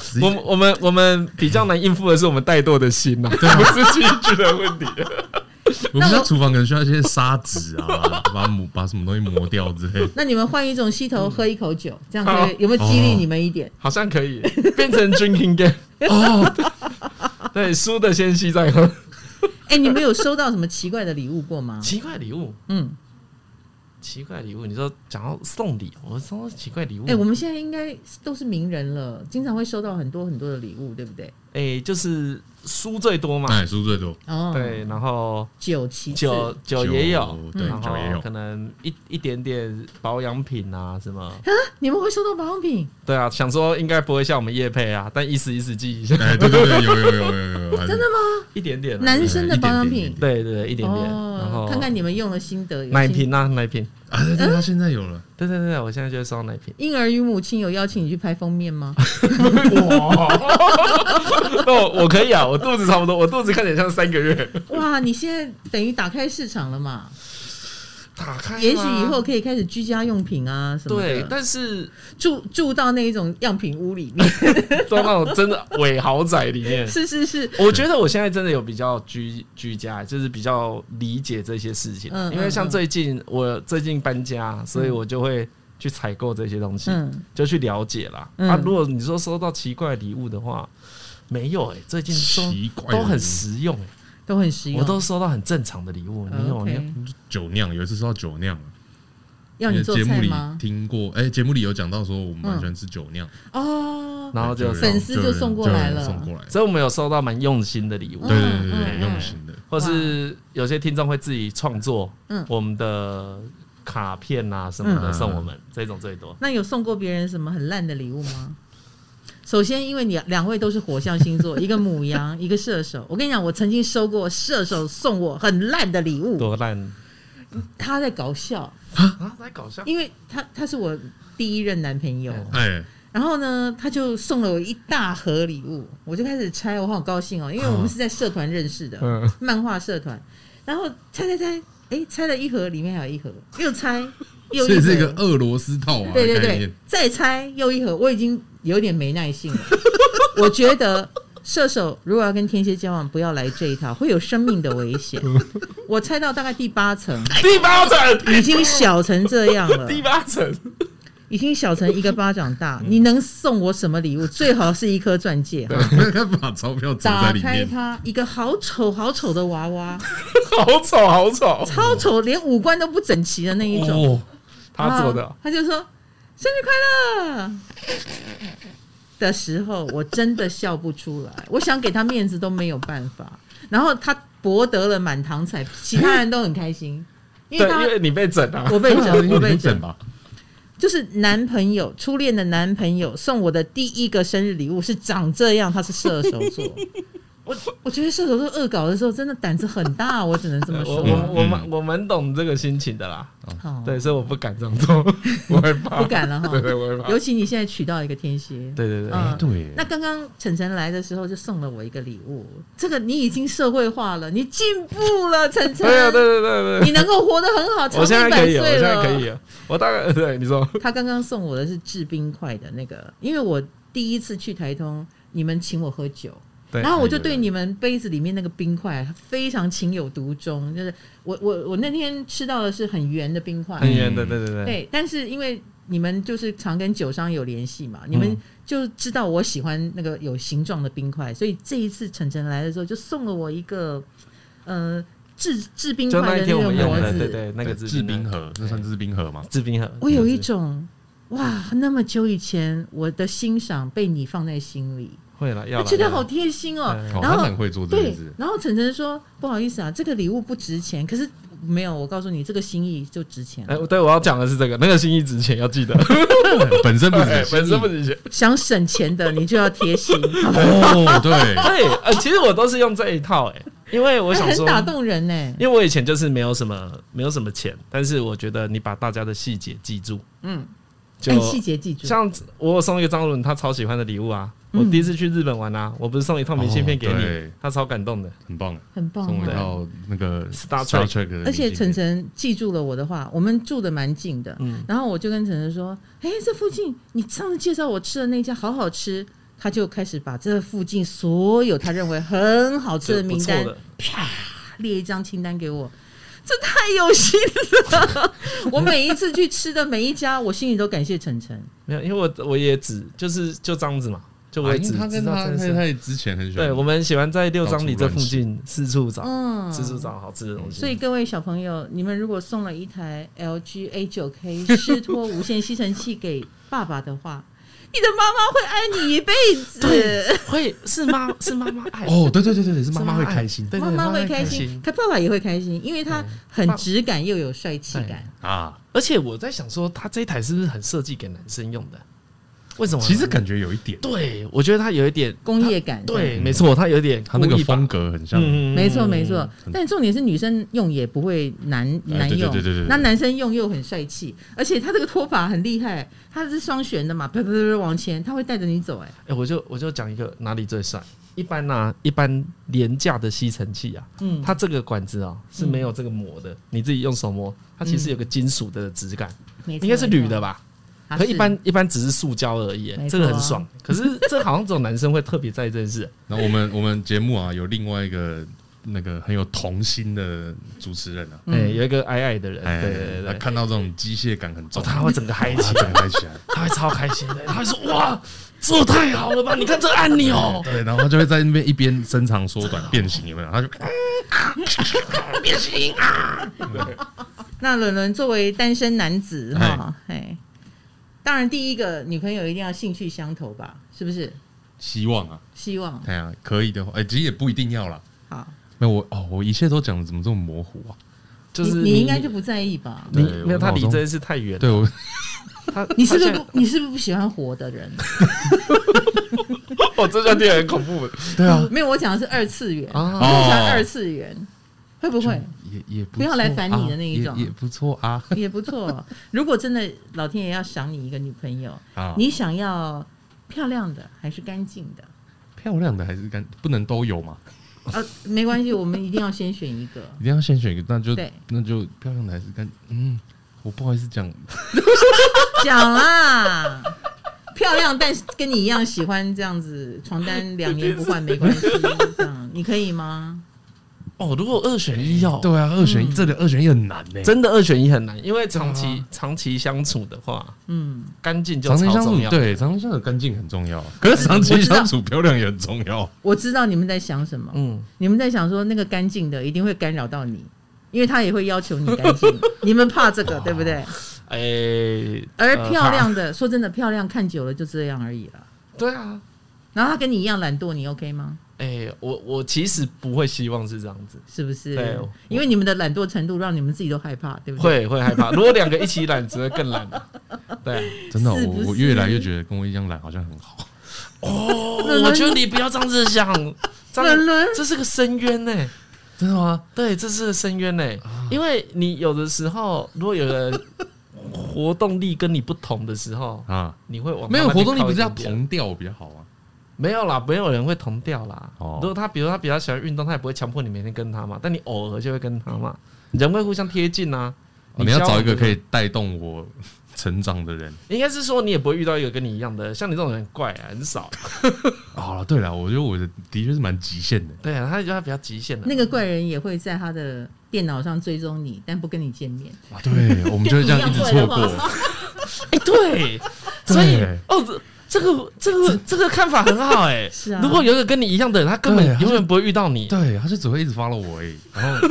Speaker 1: 十一
Speaker 2: 我们我们我们比较难应付的是我们怠惰的心呐、
Speaker 1: 啊
Speaker 2: 不是器具的问题。
Speaker 1: 我们在厨房可能需要一些砂纸啊，把抹把什么东西磨掉之 类的。
Speaker 3: 那你们换一种溪头，喝一口酒，这样可以有没有激励你们一点？
Speaker 2: 好像可以变成 drinking game，
Speaker 1: 哦，
Speaker 2: 对，输的先吸再喝。
Speaker 3: 哎，你们有收到什么奇怪的礼物过吗？
Speaker 2: 奇怪礼物，
Speaker 3: 嗯，
Speaker 2: 奇怪礼物，你说讲到送礼，我说奇怪礼物，
Speaker 3: 哎，我们现在应该都是名人了，经常会收到很多很多的礼物，对不对？
Speaker 2: 哎、就是书最多嘛，
Speaker 1: 那也输最哎多，
Speaker 3: 哦，
Speaker 2: 对，，然后
Speaker 3: 酒其次，
Speaker 2: 酒嗯酒也有，
Speaker 1: 酒对
Speaker 2: 然
Speaker 1: 酒也
Speaker 2: 后
Speaker 1: 有
Speaker 2: 可能一一点点保养品啊什么，
Speaker 3: 你们会收到保养品？
Speaker 2: 对啊，想说应该不会像我们叶配啊，但一时一时记 一下，
Speaker 1: 哎，对对对，有有有有有有，还是
Speaker 3: 真的吗？
Speaker 2: 一点点啊、
Speaker 3: 男生的保养品，
Speaker 2: 对对对，一点点，然
Speaker 3: 哦
Speaker 2: 后，
Speaker 3: 看看你们用了心得。有
Speaker 2: 奶
Speaker 3: 心。
Speaker 2: 瓶啊奶瓶，
Speaker 1: 啊，对对，他现在有了，
Speaker 2: 对对对，我现在就会送奶瓶
Speaker 3: 婴儿与母亲有邀请你去拍封面 吗？
Speaker 2: 哦那我我可以啊，我肚子差不多，我肚子看起来像三个月。
Speaker 3: 哇，你现在等于打开市场了嘛？
Speaker 2: 打开吗，
Speaker 3: 也许以后可以开始居家用品啊什么的，
Speaker 2: 对，但是
Speaker 3: 住住到那一种样品屋里面，，
Speaker 2: 到那种真的伪豪宅里面
Speaker 3: 是是是，
Speaker 2: 我觉得我现在真的有比较居居家，就是比较理解这些事情。
Speaker 3: 嗯
Speaker 2: 因为像
Speaker 3: 嗯
Speaker 2: 最近我最近搬家，所以我就会去采购这些东西，
Speaker 3: 嗯，
Speaker 2: 就去了解啦。
Speaker 3: 嗯
Speaker 2: 啊，如果你说收到奇怪礼物的话，没有哎、最近收
Speaker 1: 奇怪的
Speaker 2: 都很
Speaker 1: 礼物
Speaker 2: 实用、
Speaker 3: 都很实用。哦
Speaker 2: 我都收到很正常的礼物。你有没有？
Speaker 3: OK
Speaker 1: 酒酿，有一次说到酒酿了，啊
Speaker 3: 要你
Speaker 1: 因
Speaker 3: 做
Speaker 1: 为节
Speaker 3: 菜
Speaker 1: 目里
Speaker 3: 吗？
Speaker 1: 听过，哎，节目里有讲到说我们蛮
Speaker 3: 嗯
Speaker 1: 喜欢吃酒酿，
Speaker 3: 哦，
Speaker 2: 然后就
Speaker 1: 有人
Speaker 3: 粉丝就
Speaker 1: 有人
Speaker 3: 送过
Speaker 1: 有
Speaker 3: 来
Speaker 1: 人
Speaker 3: 了
Speaker 1: 送过来，
Speaker 2: 所以我们有收到蛮用心的礼物
Speaker 3: 嗯，
Speaker 1: 对对对对对，
Speaker 3: 嗯
Speaker 1: 用心的，
Speaker 2: 或是有些听众会自己创作
Speaker 3: 嗯
Speaker 2: 我们的卡片啊什么的
Speaker 1: 嗯
Speaker 2: 送我们，这种最多。
Speaker 3: 那有送过别人什么很烂的礼物吗？首先，因为你两位都是火象星座，一个母羊，一个射手。我跟你讲，我曾经收过射手送我很烂的礼物，
Speaker 2: 多烂
Speaker 3: 他在搞笑，
Speaker 2: 啊！在搞笑，
Speaker 3: 因为他他是我第一任男朋友，
Speaker 2: 嗯
Speaker 1: 哎，
Speaker 3: 然后呢，他就送了我一大盒礼物，我就开始拆，我好高兴哦，因为我们是在社团认识的，
Speaker 2: 嗯
Speaker 3: 漫画社团，然后拆拆拆，哎，拆了一盒，里面还有一盒，又拆又
Speaker 1: 所以
Speaker 3: 一
Speaker 1: 是一个
Speaker 3: 盒，
Speaker 1: 俄罗斯套娃
Speaker 3: 对对
Speaker 1: 的概
Speaker 3: 对
Speaker 1: 念，，
Speaker 3: 再拆又一盒，我已经有点没耐性了。 我觉得射手如果要跟天蝎交往，不要来这一套，会有生命的危险。我拆到大概第八层，
Speaker 2: 第八层，
Speaker 3: 已经小成这样了，
Speaker 2: 第八层，
Speaker 3: 已经小成一个巴掌大，
Speaker 1: 嗯
Speaker 3: 你能送我什么礼物？最好是一颗钻戒。
Speaker 1: 那他把钞票折在
Speaker 3: 打
Speaker 1: 里
Speaker 3: 开
Speaker 1: 面，
Speaker 3: 它，一个好丑好丑的娃娃，
Speaker 2: 好丑，好丑，
Speaker 3: 超丑，连五官都不整齐的那一种。
Speaker 2: 哦，他做
Speaker 3: 然
Speaker 2: 的
Speaker 3: 后，啊他就说生日快乐的时候，我真的笑不出来，我想给他面子都没有办法。然后他博得了满堂彩，其他人都很开心，因为
Speaker 2: 对，
Speaker 3: 他
Speaker 2: 因为你被整啊，
Speaker 3: 我 被整，我
Speaker 1: 你
Speaker 3: 被
Speaker 1: 们
Speaker 3: 整
Speaker 1: 整。吧，
Speaker 3: 就是男朋友初恋的男朋友送我的第一个生日礼物是长这样，他是射手 座。我我觉得射手座恶搞的时候真的胆子很大，我只能这么
Speaker 2: 我
Speaker 3: 说。
Speaker 2: 我我
Speaker 1: 嗯
Speaker 2: 蛮我蛮懂这个心情的啦，
Speaker 3: 好，
Speaker 2: 对，所以我不敢这样 做，我会怕，
Speaker 3: 哦不，敢了哈
Speaker 2: 对。对，我会怕，
Speaker 3: 尤其你现在娶到一个天蝎，
Speaker 2: 对对对，
Speaker 3: 嗯
Speaker 1: 哎对，
Speaker 3: 那刚刚晨晨来的时候就送了我一个礼物，这个你已经社会化了，你进步了，晨晨。
Speaker 2: 对啊，对对对
Speaker 3: 你
Speaker 2: 对
Speaker 3: 能够活得很好，长
Speaker 2: 我现在
Speaker 3: 命百
Speaker 2: 可以
Speaker 3: 岁
Speaker 2: 了，
Speaker 3: 哦了。
Speaker 2: 我现在可以了，我大概对你说，
Speaker 3: 他刚刚送我的是制冰块的那个，因为我第一次去台通，你们请我喝酒，
Speaker 2: 对
Speaker 3: 然后我就对你们杯子里面那个冰块非常情有独钟，就是我我我那天吃到的是很圆的冰块，
Speaker 2: 很远的，嗯对对对，
Speaker 3: 对，但是因为你们就是常跟酒商有联系
Speaker 2: 嗯
Speaker 3: 嘛，你们就知道我喜欢那个有形状的冰块，所以这一次晨晨来的时候就送了我一个，呃。制制冰
Speaker 2: 就
Speaker 3: 块
Speaker 2: 那
Speaker 3: 的
Speaker 2: 一
Speaker 3: 那
Speaker 2: 天
Speaker 3: 个
Speaker 2: 我们用
Speaker 3: 模
Speaker 2: 的，
Speaker 3: 子，
Speaker 2: 对对，那
Speaker 1: 对
Speaker 2: 个制
Speaker 1: 制冰
Speaker 2: 盒，
Speaker 1: 盒，那算制冰盒吗？
Speaker 2: 制冰盒。
Speaker 3: 我有一种哇，那么久以前我的欣赏被你放在心里，
Speaker 2: 会了，要
Speaker 3: 我
Speaker 2: 啦
Speaker 3: 觉得
Speaker 2: 要啦
Speaker 3: 好贴心哦
Speaker 2: 嗯。
Speaker 1: 哦，
Speaker 3: 然
Speaker 1: 他
Speaker 3: 后
Speaker 1: 蛮会做这件
Speaker 3: 对
Speaker 1: 事，，
Speaker 3: 然后晨晨说不好意思啊，这个礼物不值钱，可是没有，我告诉你，这个心意就值钱
Speaker 2: 哎、。对，我要讲的是这个，那个心意值钱，要记得，
Speaker 1: 本 身不
Speaker 2: 对，
Speaker 1: 是
Speaker 2: 哎本身不值钱。
Speaker 3: 想省钱的你就要贴心，好吧
Speaker 1: 哦，对，
Speaker 2: 对，呃，其实我都是用这一套、哎，因为 我
Speaker 3: 哎
Speaker 2: 想
Speaker 3: 很
Speaker 2: 说，
Speaker 3: 打动人呢、
Speaker 2: 因为我以前就是没有什么没有什么钱，但是我觉得你把大家的细节记住，
Speaker 3: 嗯，
Speaker 2: 就
Speaker 3: 哎，细节记住，
Speaker 2: 像我有送一个张伦他超喜欢的礼物啊，
Speaker 3: 嗯
Speaker 2: 我第一次去日本玩啊，我不是送一套明信片给
Speaker 1: 哦
Speaker 2: 你
Speaker 1: 对，
Speaker 2: 他超感动的。
Speaker 1: 很棒，
Speaker 3: 很棒
Speaker 1: 送我
Speaker 3: 啊！
Speaker 1: 到那个
Speaker 2: Star Trek
Speaker 1: Star Trek，的
Speaker 3: 而且
Speaker 1: 明信
Speaker 3: 晨
Speaker 1: 片
Speaker 3: 晨记住了我的话，我们住的蛮近的，
Speaker 2: 嗯
Speaker 3: 然后我就跟晨晨说：“哎、这附近你上次介绍我吃的那家好好吃。”他就开始把这附近所有他认为很好吃
Speaker 2: 这
Speaker 3: 的
Speaker 2: 不
Speaker 3: 名
Speaker 2: 错
Speaker 3: 单
Speaker 2: 的，
Speaker 3: 列一张清单给我，这太有心了！ 我每一次去吃的每一家，我心里都感谢晨晨。
Speaker 2: 没有，因为我我也只就是就这样子嘛，就我
Speaker 1: 啊
Speaker 2: 也
Speaker 1: 因为
Speaker 2: 只
Speaker 1: 他
Speaker 2: 知
Speaker 1: 跟
Speaker 2: 道
Speaker 1: 他
Speaker 2: 这件
Speaker 1: 太
Speaker 2: 事。
Speaker 1: 太之前很喜欢，
Speaker 2: 对，我们喜欢在六张里这附近四处找，
Speaker 3: 嗯，
Speaker 2: 四处找好吃的东西。
Speaker 3: 所以各位小朋友，你们如果送了一台 LG A 九 K 湿拖无线吸尘器给爸爸的话，你的妈妈会爱你一辈子，
Speaker 2: 会是 妈是妈妈爱，
Speaker 1: 哦，对对对对对，是
Speaker 2: 是
Speaker 1: 妈妈会开心
Speaker 2: 爱对，对
Speaker 3: 妈妈会开
Speaker 2: 心
Speaker 3: 心，可爸爸也会开心，因为他很质感又有帅气
Speaker 2: 对
Speaker 3: 感。
Speaker 1: 啊，
Speaker 2: 而且我在想说，他这一台是不是很设计给男生用的？为什么？
Speaker 1: 其实感觉有一点，
Speaker 2: 对，我觉得他有一点
Speaker 3: 工业感
Speaker 2: 对，没错，他有点
Speaker 1: 他那
Speaker 2: 故
Speaker 1: 个
Speaker 2: 意把
Speaker 1: 风格很像，
Speaker 2: 嗯
Speaker 3: 没错没错，
Speaker 1: 嗯
Speaker 3: 但重点是女生用也不会难
Speaker 1: 哎
Speaker 3: 难
Speaker 1: 对对
Speaker 3: 用
Speaker 1: 对对对，对
Speaker 3: 那男生用又很帅气，而且他这个拖把很厉害，他是双旋的嘛，啪啪啪啪往前，他会带着你走，哎，
Speaker 2: 哎、我就我就讲一个哪里最帅。一般呢、一般廉价的吸尘器啊，
Speaker 3: 嗯，
Speaker 2: 它这个管子啊是没有这个膜的，你自己用手摸，它其实有个金属的质感，
Speaker 3: 嗯没错
Speaker 2: 应该是铝的，吧？
Speaker 3: 没错
Speaker 2: 可
Speaker 3: 它
Speaker 2: 一般一般只是塑胶而已，
Speaker 3: 啊没
Speaker 2: 这
Speaker 3: 错
Speaker 2: 个很爽。可是这好像只有男生会特别在意这件事。
Speaker 1: 然后我们我们节目啊有另外一个那个很有童心的主持人啊，
Speaker 3: 嗯
Speaker 2: 哎、有一个矮矮的人，
Speaker 1: 哎
Speaker 2: 对对
Speaker 1: 他
Speaker 2: 对对，
Speaker 1: 看到这种机械感很
Speaker 2: 哦
Speaker 1: 重，
Speaker 2: 他会整个嗨起
Speaker 1: 他展
Speaker 2: 来，
Speaker 1: 开啊起来，
Speaker 2: 他会超开心的，他会说哇，这太好了吧？你看这哦按钮，
Speaker 1: 对，然后他就会在那边一边伸长缩短变形，有没有？ 他就啊
Speaker 3: 那伦伦作为单身男子
Speaker 1: 哎
Speaker 3: 哈，哎，当然第一个女朋友一定要兴趣相投吧，是不是？
Speaker 1: 希望啊，
Speaker 3: 希望
Speaker 1: 哎呀，可以的话，哎，其实也不一定要啦。
Speaker 3: 好，
Speaker 1: 那我哦，我一切都讲的怎么这么模糊啊？
Speaker 2: 就是
Speaker 3: 你你应该就不在意吧？
Speaker 2: 你
Speaker 1: 对
Speaker 2: 没
Speaker 1: 我
Speaker 2: 有他
Speaker 1: 脑
Speaker 2: 离
Speaker 1: 中
Speaker 2: 这件事太远了，
Speaker 1: 对 我
Speaker 2: 他
Speaker 3: 你是
Speaker 2: 他
Speaker 3: 不 是
Speaker 2: 现在
Speaker 3: 不你是不是不喜欢活的人？
Speaker 2: 哦，这段电影很恐怖
Speaker 1: 对啊，
Speaker 3: 没有，我讲的是二次元，
Speaker 2: 啊
Speaker 3: 我喜欢二次元，会不会？
Speaker 1: 也也不
Speaker 3: 不要
Speaker 1: 错
Speaker 3: 来烦你
Speaker 1: 啊
Speaker 3: 的那一
Speaker 1: 也
Speaker 3: 种
Speaker 1: 也不错啊
Speaker 3: 也不错。如果真的老天爷要赏你一个女朋友，
Speaker 1: 啊，
Speaker 3: 你想要漂亮的还是干净的？
Speaker 1: 漂亮的还是干，不能都有嘛，
Speaker 3: 呃，没关系，我们一定要先选一个。
Speaker 1: 一定要先选一个，那就
Speaker 3: 对
Speaker 1: 那就漂亮的还是干，嗯，我不好意思讲，
Speaker 3: 讲啦，漂亮，但是跟你一样喜欢这样子床单两年不换没关系，这样你可以吗？
Speaker 2: 哦。如果二选一哦，
Speaker 1: 对啊，二选一，
Speaker 3: 嗯
Speaker 1: 这里二选一很难呢，
Speaker 2: 真的二选一很难，因为长期、
Speaker 1: 对啊
Speaker 2: 长期相处的话，
Speaker 3: 嗯，
Speaker 2: 干净就
Speaker 1: 长
Speaker 2: 超
Speaker 1: 期相
Speaker 2: 重
Speaker 1: 处
Speaker 2: 要。
Speaker 1: 对长期相处干净很重要， 可是长期相处漂亮也很重要，
Speaker 3: 我知道你们在想什么，
Speaker 2: 嗯，
Speaker 3: 你们在想说那个干净的一定会干扰到你，因为他也会要求你干净，你们怕这个对不对？
Speaker 2: 哎、
Speaker 3: 而
Speaker 2: 呃
Speaker 3: 漂亮的，说真的，漂亮看久了就这样而已了。
Speaker 2: 怕对啊，
Speaker 3: 然后他跟你一样懒惰，你 OK 吗？
Speaker 2: 哎、我我其实不会希望是这样子，
Speaker 3: 是不是
Speaker 2: 对我？
Speaker 3: 因为你们的懒惰程度让你们自己都害怕，对不
Speaker 2: 会
Speaker 3: 对？
Speaker 2: 会害怕。如果两个一起懒，只会更懒。对啊、
Speaker 1: 真的，
Speaker 3: 是不
Speaker 1: 我我
Speaker 3: 是
Speaker 1: 越来越觉得跟我一样懒好像很好，
Speaker 2: 哦，我觉得你不要这样子想，这
Speaker 3: 伦
Speaker 2: 样
Speaker 3: 伦，
Speaker 2: 这是个深渊呢、
Speaker 1: 真的吗？
Speaker 2: 对，这是个深渊呢、
Speaker 1: 啊
Speaker 2: 因为你有的时候，如果有人活动力跟你不同的时候，
Speaker 1: 啊，
Speaker 2: 你会往
Speaker 1: 没有
Speaker 2: 哦慢慢
Speaker 1: 活动
Speaker 2: 地
Speaker 1: 力
Speaker 2: 靠
Speaker 1: 不
Speaker 2: 一
Speaker 1: 是要
Speaker 2: 点点
Speaker 1: 同调比较好啊，
Speaker 2: 没有啦，没有人会同调啦。
Speaker 1: 哦
Speaker 2: 如果他比如他比较喜欢运动，他也不会强迫你每天跟他嘛，但你偶尔就会跟他嘛，人会互相贴近啊。
Speaker 1: 哦你要
Speaker 2: 交往
Speaker 1: 找一个
Speaker 2: 的时
Speaker 1: 可
Speaker 2: 候
Speaker 1: 以，带动我成长的人。
Speaker 2: 应该是说你也不会遇到一个跟你一样的，像你这种人很怪啊，很少。
Speaker 1: 哦，对了，我觉得我的的确是蛮极限的。
Speaker 2: 对啊，他觉得他比较极限的。
Speaker 3: 那个怪人也会在他的电脑上追踪你，但不跟你见面。
Speaker 1: 啊，对，我们就会这样一直错过
Speaker 3: 跟你一样。
Speaker 2: 哎、对，所以
Speaker 1: 对
Speaker 2: 哦，这这个这个这个看法很好哎、
Speaker 3: 是啊
Speaker 2: 如果有一个跟你一样的人，他根本
Speaker 1: 对他就
Speaker 2: 永远不会遇到你。
Speaker 1: 对，他就只会一直 follow 我而已，然后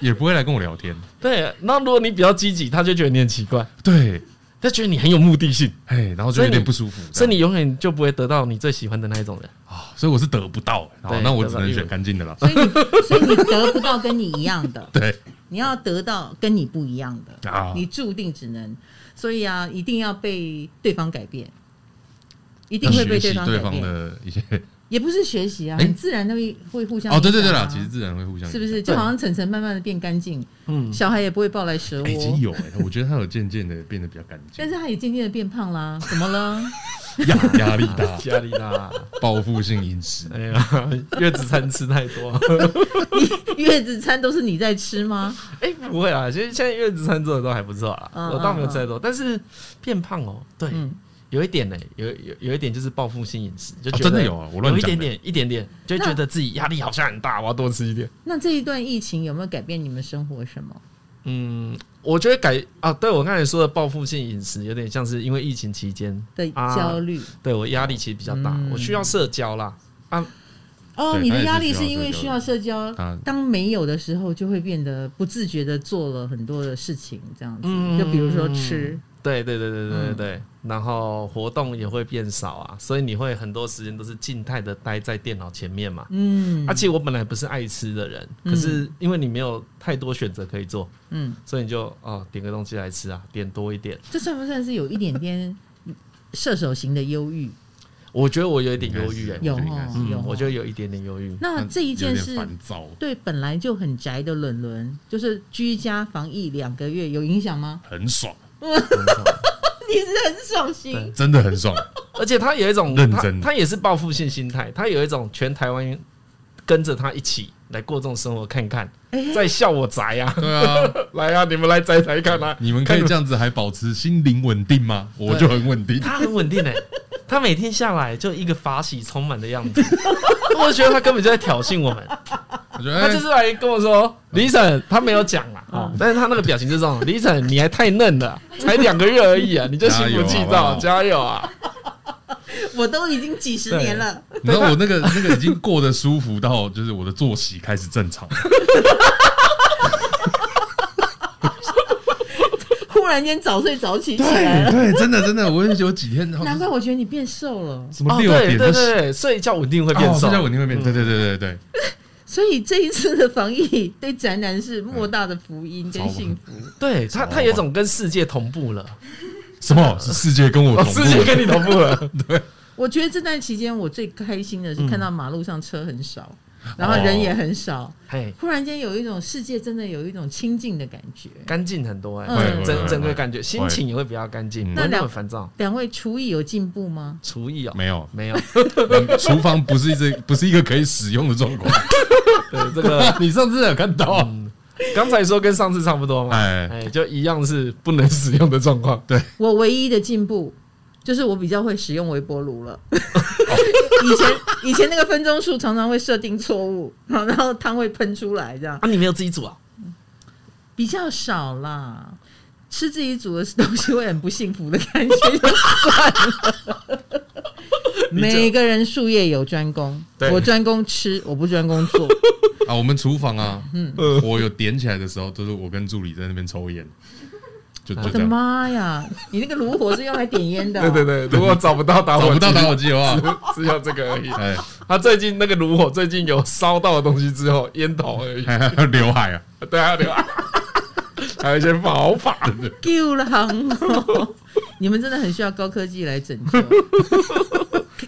Speaker 1: 也不会来跟我聊天。
Speaker 2: 对，那如果你比较积极，他就觉得你很奇怪，
Speaker 1: 对，
Speaker 2: 他觉得你很有目的性，
Speaker 1: 嘿，然后就有点不舒服。
Speaker 2: 所以
Speaker 1: 这样
Speaker 2: 你永远就不会得到你最喜欢的那一种人。
Speaker 1: 啊，所以我是得不到。好，
Speaker 2: 对
Speaker 1: 那我只
Speaker 2: 得不到
Speaker 1: 能
Speaker 2: 因为
Speaker 1: 选干净的了。
Speaker 3: 所以你，所以你得不到跟你一样的，
Speaker 1: 对
Speaker 3: 你要得到跟你不一样的，
Speaker 1: 啊，
Speaker 3: 你注定只能，所以啊，一定要被对方改变，一定会被
Speaker 1: 学习
Speaker 3: 方
Speaker 1: 对
Speaker 3: 改
Speaker 1: 方
Speaker 3: 变。
Speaker 1: 的一些
Speaker 3: 也不是学习啊，
Speaker 1: 哎
Speaker 3: 很自然的会会互相
Speaker 1: 哦，对对对
Speaker 3: 影响
Speaker 1: 啦，
Speaker 3: 啊
Speaker 1: 其实自然会互相
Speaker 3: 是不是就好像晨晨慢慢的变干净，
Speaker 2: 嗯，，
Speaker 3: 小孩也不会抱来蛇
Speaker 1: 哎、已经
Speaker 3: 窝，
Speaker 1: 有哎、我觉得他有渐渐的变得比较干净
Speaker 3: 但，是他也渐渐的变胖啦，怎么了？
Speaker 1: 压压力大
Speaker 2: 压力大，
Speaker 1: 报复性饮食。
Speaker 2: 嗯 哎呀，月子餐吃太多，
Speaker 3: 你月子餐都是你在吃吗？
Speaker 2: 哎，不会啦，其实现在月子餐做的都还不错啦，
Speaker 3: 嗯
Speaker 2: 我倒没有吃太多，但是变胖哦，对，
Speaker 3: 嗯，
Speaker 2: 有一点呢，有有有一点就是报复性饮食，就
Speaker 1: 哦
Speaker 2: 觉得
Speaker 1: 真的有啊我乱
Speaker 2: 有一
Speaker 1: 讲的
Speaker 2: 点点一点点，就觉得自己压力好像很大，我要多吃一点。
Speaker 3: 那这一段疫情有没有改变你们生活什么？
Speaker 2: 嗯，我觉得改啊，对我刚才说的报复性饮食，有点像是因为疫情期间
Speaker 3: 的
Speaker 2: 啊
Speaker 3: 焦虑、
Speaker 2: 对我压力其实比较大，
Speaker 3: 嗯
Speaker 2: 我需要社交啦。
Speaker 3: 哦，
Speaker 1: 对
Speaker 3: 你
Speaker 1: 他
Speaker 3: 的
Speaker 1: 也是
Speaker 3: 压力
Speaker 1: 需要
Speaker 3: 是因为
Speaker 1: 社交
Speaker 3: 需要社交
Speaker 1: 他，
Speaker 3: 当没有的时候，就会变得不自觉的做了很多的事情，这样子。
Speaker 2: 嗯
Speaker 3: 就比如说吃，
Speaker 2: 对对对对对
Speaker 3: 嗯
Speaker 2: 对对，然后活动也会变少啊，所以你会很多时间都是静态的待在电脑前面嘛。啊
Speaker 3: 嗯
Speaker 1: 啊
Speaker 2: 而且、其实我本来不是爱吃的人，可是因为你没有太多选择可以做，
Speaker 3: 嗯，
Speaker 2: 所以你就哦点个东西来吃啊，点多一点。
Speaker 3: 这算不算是有一点点射手型的忧郁？
Speaker 2: 我觉得我有一点忧郁、欸，
Speaker 3: 有
Speaker 1: 我觉得应该
Speaker 3: 哦
Speaker 1: 是，
Speaker 3: 有
Speaker 2: 嗯，我觉
Speaker 3: 哦。
Speaker 2: 得有一点点忧郁。
Speaker 3: 那这一件
Speaker 1: 有点
Speaker 3: 事
Speaker 1: 烦躁。
Speaker 3: 对本来就很宅的伦伦，就是居家防疫两个月有影响吗？
Speaker 1: 很爽，
Speaker 3: 你是很爽型，
Speaker 1: 真的很爽。
Speaker 2: 而且他有一种
Speaker 1: 认真
Speaker 2: 他，他也是报复性心态，他有一种全台湾跟着他一起来过这种生活，看看
Speaker 3: 哎
Speaker 2: 在笑我宅呀、
Speaker 1: 对啊，
Speaker 2: 啊， 来呀、啊，你们来宅宅看啊，
Speaker 1: 你们可以这样子还保持心灵稳定吗？我就很稳定。
Speaker 2: 他很稳定哎、他每天下来就一个法喜充满的样子， 我觉得他根本就在挑衅我们，
Speaker 1: 我觉得
Speaker 2: 他
Speaker 1: 哎
Speaker 2: 就是来跟我说，
Speaker 1: 嗯
Speaker 2: 李晨，他没有讲啦，
Speaker 3: 嗯
Speaker 2: 哦，但是他那个表情就是这种，李晨你还太嫩了，才两个月而已啊，你就心浮气躁，加油啊！
Speaker 3: 我都已经几十年了，
Speaker 1: 你知哎道我那个那个已经过得舒服到，就是我的作息开始正 常。
Speaker 3: 忽然间早睡早起起来 了，
Speaker 1: 对，真的真的，我也有几天哦
Speaker 3: 难怪我觉得你变瘦了。
Speaker 1: 什
Speaker 2: 哦，
Speaker 1: 么六啊
Speaker 2: 对
Speaker 1: 点
Speaker 2: 对
Speaker 1: 就
Speaker 2: 对，嗯对睡觉稳定会变
Speaker 1: 哦
Speaker 2: 瘦，
Speaker 1: 睡觉稳定会变。对对对对对，
Speaker 3: 所以这一次的防疫对宅男是莫大的福音跟幸福。
Speaker 2: 对他，
Speaker 1: 超
Speaker 2: 他有一种跟世界同步了，
Speaker 1: 什么？是世界跟我
Speaker 2: 哦，
Speaker 1: 同步
Speaker 2: 世？界跟你同 步了，
Speaker 3: 我觉得这段期间我最开心的是看到马路上车很少，然后人也很少，
Speaker 2: 嘿，
Speaker 3: 忽然间有一种世界真的有一种清静的感觉。
Speaker 2: 干净很多哎、
Speaker 3: 嗯
Speaker 2: 整
Speaker 3: 会
Speaker 1: 会
Speaker 2: 整
Speaker 1: 会
Speaker 2: 整个
Speaker 1: 会
Speaker 2: 感觉，心情也会比较干净，
Speaker 1: 嗯
Speaker 2: 不会那
Speaker 3: 那
Speaker 2: 么
Speaker 3: 两
Speaker 2: 烦躁。
Speaker 3: 两位厨艺有进步吗？
Speaker 2: 厨艺哦，
Speaker 1: 没有，
Speaker 2: 没有，
Speaker 1: 厨房不是一直 不是一个可以使用的状 况。
Speaker 2: 对这个
Speaker 1: 你上次有看到啊？
Speaker 2: 嗯刚才说跟上次差不多嘛，
Speaker 1: 哎
Speaker 2: 哎，就一样是不能使用的状况。对，
Speaker 3: 我唯一的进步就是我比较会使用微波炉了。 以前以前那个分钟数常常会设定错误，然后然后汤会喷出来这样。
Speaker 2: 啊，你没有自己煮啊？
Speaker 3: 比较少啦。吃自己煮的东西会很不幸福的感觉，就算了。每个人术业有专攻，
Speaker 2: 对
Speaker 3: 我专攻吃，我不专攻 做。
Speaker 1: 啊，我们厨房啊，
Speaker 2: 嗯
Speaker 1: 我有点起来的时候，都是我跟助理在那边抽烟，就
Speaker 3: 我
Speaker 1: 就这
Speaker 3: 的
Speaker 1: 样。
Speaker 3: 妈呀！你那个炉火是用来点烟的、哦
Speaker 2: 对对，对，如果找不到打火
Speaker 1: 找
Speaker 2: 机，
Speaker 1: 不到打火机的话，
Speaker 2: 只有这个而已。
Speaker 1: 哎，
Speaker 2: 他最近那个炉火最近有烧到的东西之后，烟头而已。
Speaker 1: 还还有 刘海啊，
Speaker 2: 对啊，对啊，还有一些毛发。
Speaker 3: 救了哦！你们真的很需要高科技来拯 救。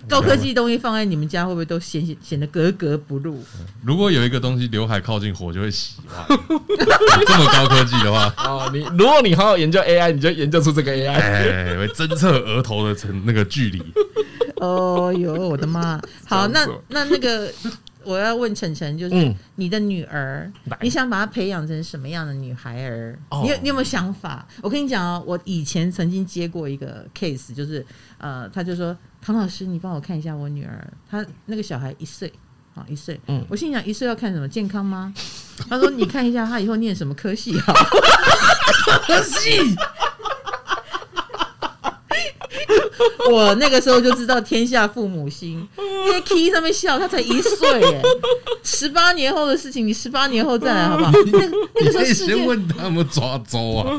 Speaker 3: 高科技东西放在你们家会不会都显显显得格格不入？
Speaker 1: 如果有一个东西刘海靠近火就会洗 哇，这么高科技的话，
Speaker 2: 哦，你如果你好好研究 AI，你就研究出这个 AI。
Speaker 1: 哎，会侦测额头的成那个距 离。
Speaker 3: 哦哟，我 的妈！好，
Speaker 2: 这样
Speaker 3: 那
Speaker 2: 子哦
Speaker 3: 那那个，我要问晨晨，就是
Speaker 2: 嗯
Speaker 3: 你的女儿，
Speaker 2: 来
Speaker 3: 你想把她培养成什么样的女孩儿？
Speaker 2: 哦
Speaker 3: 你有你有没有想法？我跟你讲哦，我以前曾经接过一个 case，就是呃，他就说唐老师，你帮我看一下我女儿，她那个小孩一岁。啊，一岁，
Speaker 2: 嗯
Speaker 3: 我心想一岁要看什么健康吗？他说你看一下她以后念什么科系好，
Speaker 1: 可惜，
Speaker 3: 我那个时候就知道天下父母心，那些 K 上面笑，他才一岁耶，十八年后的事情，你十八年后再来好不好？那那
Speaker 1: 你
Speaker 3: 个时
Speaker 1: 可
Speaker 3: 候
Speaker 1: 以
Speaker 3: 世界
Speaker 1: 先问他有没有抓周啊？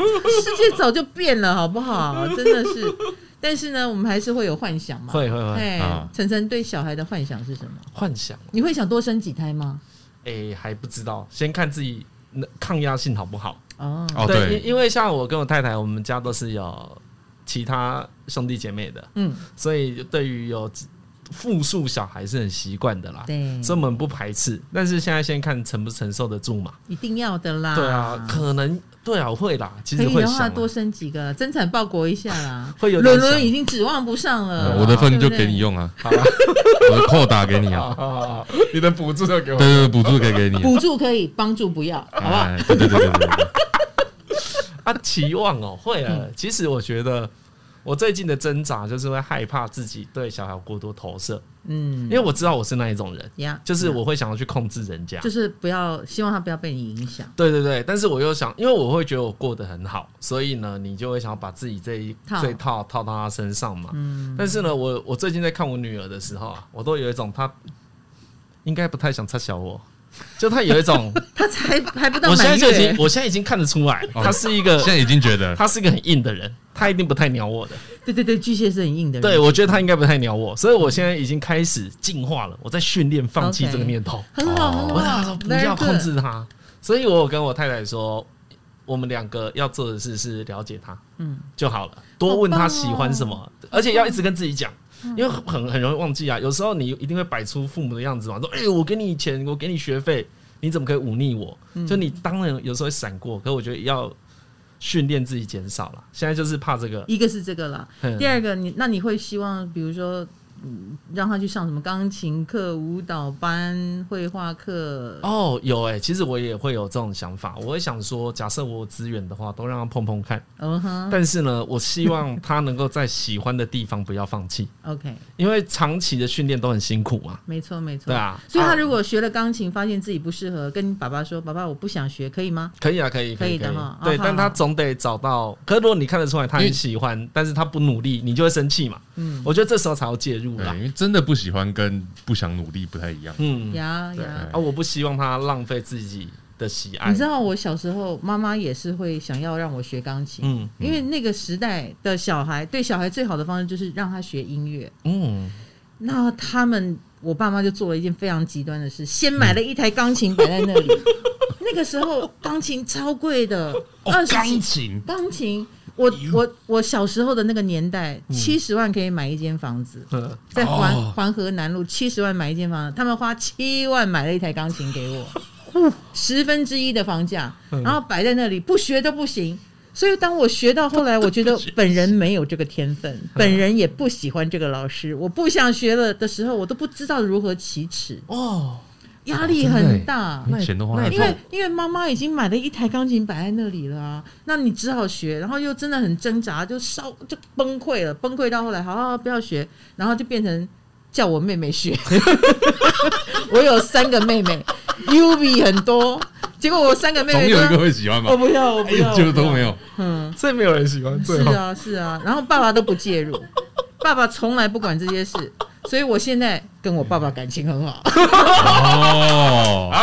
Speaker 3: 世界早就变了，好不好？真的是，但是呢，我们还是会有幻想嘛。
Speaker 2: 会会会，
Speaker 3: 哎
Speaker 1: 啊，
Speaker 3: 晨晨对小孩的幻想是什么？
Speaker 2: 幻想
Speaker 3: 你会想多生几胎吗？
Speaker 2: 诶、还不知道，先看自己那抗压性好不好。
Speaker 3: 哦，
Speaker 1: 哦，对
Speaker 2: 因，因为像我跟我太太，我们家都是有其他兄弟姐妹的，
Speaker 3: 嗯，
Speaker 2: 所以对于有复数小孩是很习惯的啦，
Speaker 3: 对，
Speaker 2: 这门不排斥。但是现在先看承不承受得住嘛。
Speaker 3: 一定要的啦。
Speaker 2: 对啊，可能对啊会啦，其
Speaker 3: 可
Speaker 2: 实
Speaker 3: 以
Speaker 2: 会
Speaker 3: 的
Speaker 2: 想啊
Speaker 3: 话
Speaker 2: 啦。
Speaker 3: 多生几个，增产报国一下啦
Speaker 2: 会有点
Speaker 3: 伦
Speaker 2: 想
Speaker 3: 伦已经指望不上了，
Speaker 1: 呃我的份
Speaker 3: 对
Speaker 1: 就
Speaker 3: 不对
Speaker 1: 给你。用啊，
Speaker 2: 好吧，
Speaker 1: 我的扣打给你啊，
Speaker 2: 好好好你的补助就给
Speaker 1: 对
Speaker 2: 我。
Speaker 1: 对对，补助给给你啊，
Speaker 3: 补助可以，帮助不要，好不好？
Speaker 1: 哎对对对对对对，
Speaker 2: 啊，期望哦，会啊。
Speaker 3: 嗯
Speaker 2: 其实我觉得，我最近的挣扎就是会害怕自己对小孩有过多投射，
Speaker 3: 嗯
Speaker 2: 因，为我知道我是那一种人，
Speaker 3: 呀，
Speaker 2: 就是我会想要去控制人家
Speaker 3: 就。是不要，希望他不要被你影响。
Speaker 2: 对对对，但是我又想，因为我会觉得我过得很好，所以呢，你就会想要把自己这一
Speaker 3: 套
Speaker 2: 这一套套到他身上嘛。
Speaker 3: 嗯，
Speaker 2: 但是呢，我我最近在看我女儿的时候啊，我都有一种她应该不太想插小 我，就她有一种，
Speaker 3: 他才还不到
Speaker 2: 我现在
Speaker 3: 满
Speaker 2: 就已
Speaker 3: 月
Speaker 2: 经，，我现在已经看得出来，
Speaker 1: 哦
Speaker 2: 她是一个
Speaker 1: 现在已经觉得
Speaker 2: 她是一个很硬的人，她一定不太鸟我的。
Speaker 3: 对对对，巨蟹是很硬的人，
Speaker 2: 对，我觉得他应该不太鸟我，所以我现在已经开始进化了，我在训练放弃
Speaker 3: OK
Speaker 2: 这个念头。
Speaker 3: 很好
Speaker 1: 哦
Speaker 3: 很
Speaker 2: 我想
Speaker 3: 好
Speaker 2: 说，不
Speaker 3: very
Speaker 2: 要
Speaker 3: good
Speaker 2: 控制他，所以我有跟我太太说，我们两个要做的事是了解他，嗯
Speaker 3: 嗯，
Speaker 2: 就好了，多问他喜欢什么，而且要一直跟自己讲。
Speaker 3: 嗯
Speaker 2: 因为很很容易忘记啊，有时候你一定会摆出父母的样子嘛，说：“哎、我给你钱，我给你学费，你怎么可以忤逆我？”
Speaker 3: 嗯
Speaker 2: 就你当然有时候会闪过，可我觉得要训练自己减少了。现在就是怕这个，
Speaker 3: 一个是这个啦，
Speaker 2: 嗯
Speaker 3: 第二个你那你会希望，比如说，嗯，让他去上什么钢琴课、舞蹈班、绘画课？
Speaker 2: 哦，有哎、其实我也会有这种想法，我会想说，假设我有资源的话，都让他碰碰看。
Speaker 3: 嗯哼
Speaker 2: 但是呢，我希望他能够在喜欢的地方不要放弃，
Speaker 3: ，OK，
Speaker 2: 因为长期的训练都很辛苦嘛。
Speaker 3: 没错没错
Speaker 2: 对。啊，
Speaker 3: 所以他
Speaker 2: 啊
Speaker 3: 如果学了钢琴，发现自己不适合，跟爸爸说：“爸爸，我不想学，可以吗
Speaker 2: 可以啊，可以，
Speaker 3: 可
Speaker 2: 以，
Speaker 3: 以的
Speaker 2: 可以
Speaker 3: 哈
Speaker 2: 对，
Speaker 3: 啊哈嗯
Speaker 2: 但他总得找到。可是如果你看得出来他
Speaker 1: 因
Speaker 2: 很
Speaker 1: 为
Speaker 2: 喜欢，但是他不努力，你就会生气嘛。嗯，我觉得这时候才要介入
Speaker 1: 对，
Speaker 2: 啦
Speaker 1: 因。为真的不喜欢跟不想努力不太一样？”
Speaker 2: 嗯，
Speaker 3: 呀
Speaker 2: 对哎
Speaker 3: 呀
Speaker 2: 啊，，我不希望他浪费自己的喜爱
Speaker 3: 你知。道我小时候，妈妈也是会想要让我学钢琴，
Speaker 2: 嗯
Speaker 3: 因为那个时代的小孩对小孩最好的方式就是让他学音乐。
Speaker 2: 嗯，
Speaker 3: 那他们，我爸妈就做了一件非常极端的事，先买了一台钢琴摆在那里。那个时候钢琴超贵的，二十几
Speaker 1: 哦琴
Speaker 3: 钢琴。我我我小时候的那个年代，七十万可以买一间房子，
Speaker 2: 呵
Speaker 3: 在
Speaker 1: 哦
Speaker 3: 环环河南路七十万买一间房子，他们花七万买了一台钢琴给我，十分之一的房价，
Speaker 1: 嗯
Speaker 3: 然后摆在那里不学都不行。所以当我学到后来，我 觉得本人没有这个天分，
Speaker 1: 嗯
Speaker 3: 本人也不喜欢这个老师，我不想学了的时候，我都不知道如何启齿，
Speaker 2: 哦，
Speaker 3: 压力
Speaker 1: 啊真的耶
Speaker 3: 很大。
Speaker 2: 那
Speaker 1: 钱都 花在
Speaker 2: 那
Speaker 3: 因为因为妈妈已经买了一台钢琴摆在那里了啊，那你只好学，然后又真的很挣扎，就烧就崩溃了，崩溃到后来，好好好不要学，然后就变成叫我妹妹学。 我有三个妹妹，U B 很多，结果我三个妹
Speaker 1: 总
Speaker 3: 妹
Speaker 1: 有一个
Speaker 3: 都
Speaker 1: 会喜欢吧
Speaker 3: 我？不要，我不 要，
Speaker 1: 就
Speaker 3: 我
Speaker 1: 是
Speaker 3: 不要
Speaker 1: 都没，有，
Speaker 3: 嗯，
Speaker 2: 这没有人喜欢，最
Speaker 3: 是
Speaker 2: 后
Speaker 3: 啊是啊，然后爸爸都不介入，爸爸从来不管这些事，所以我现在跟我爸爸感情很好。
Speaker 1: 哦，
Speaker 2: 啊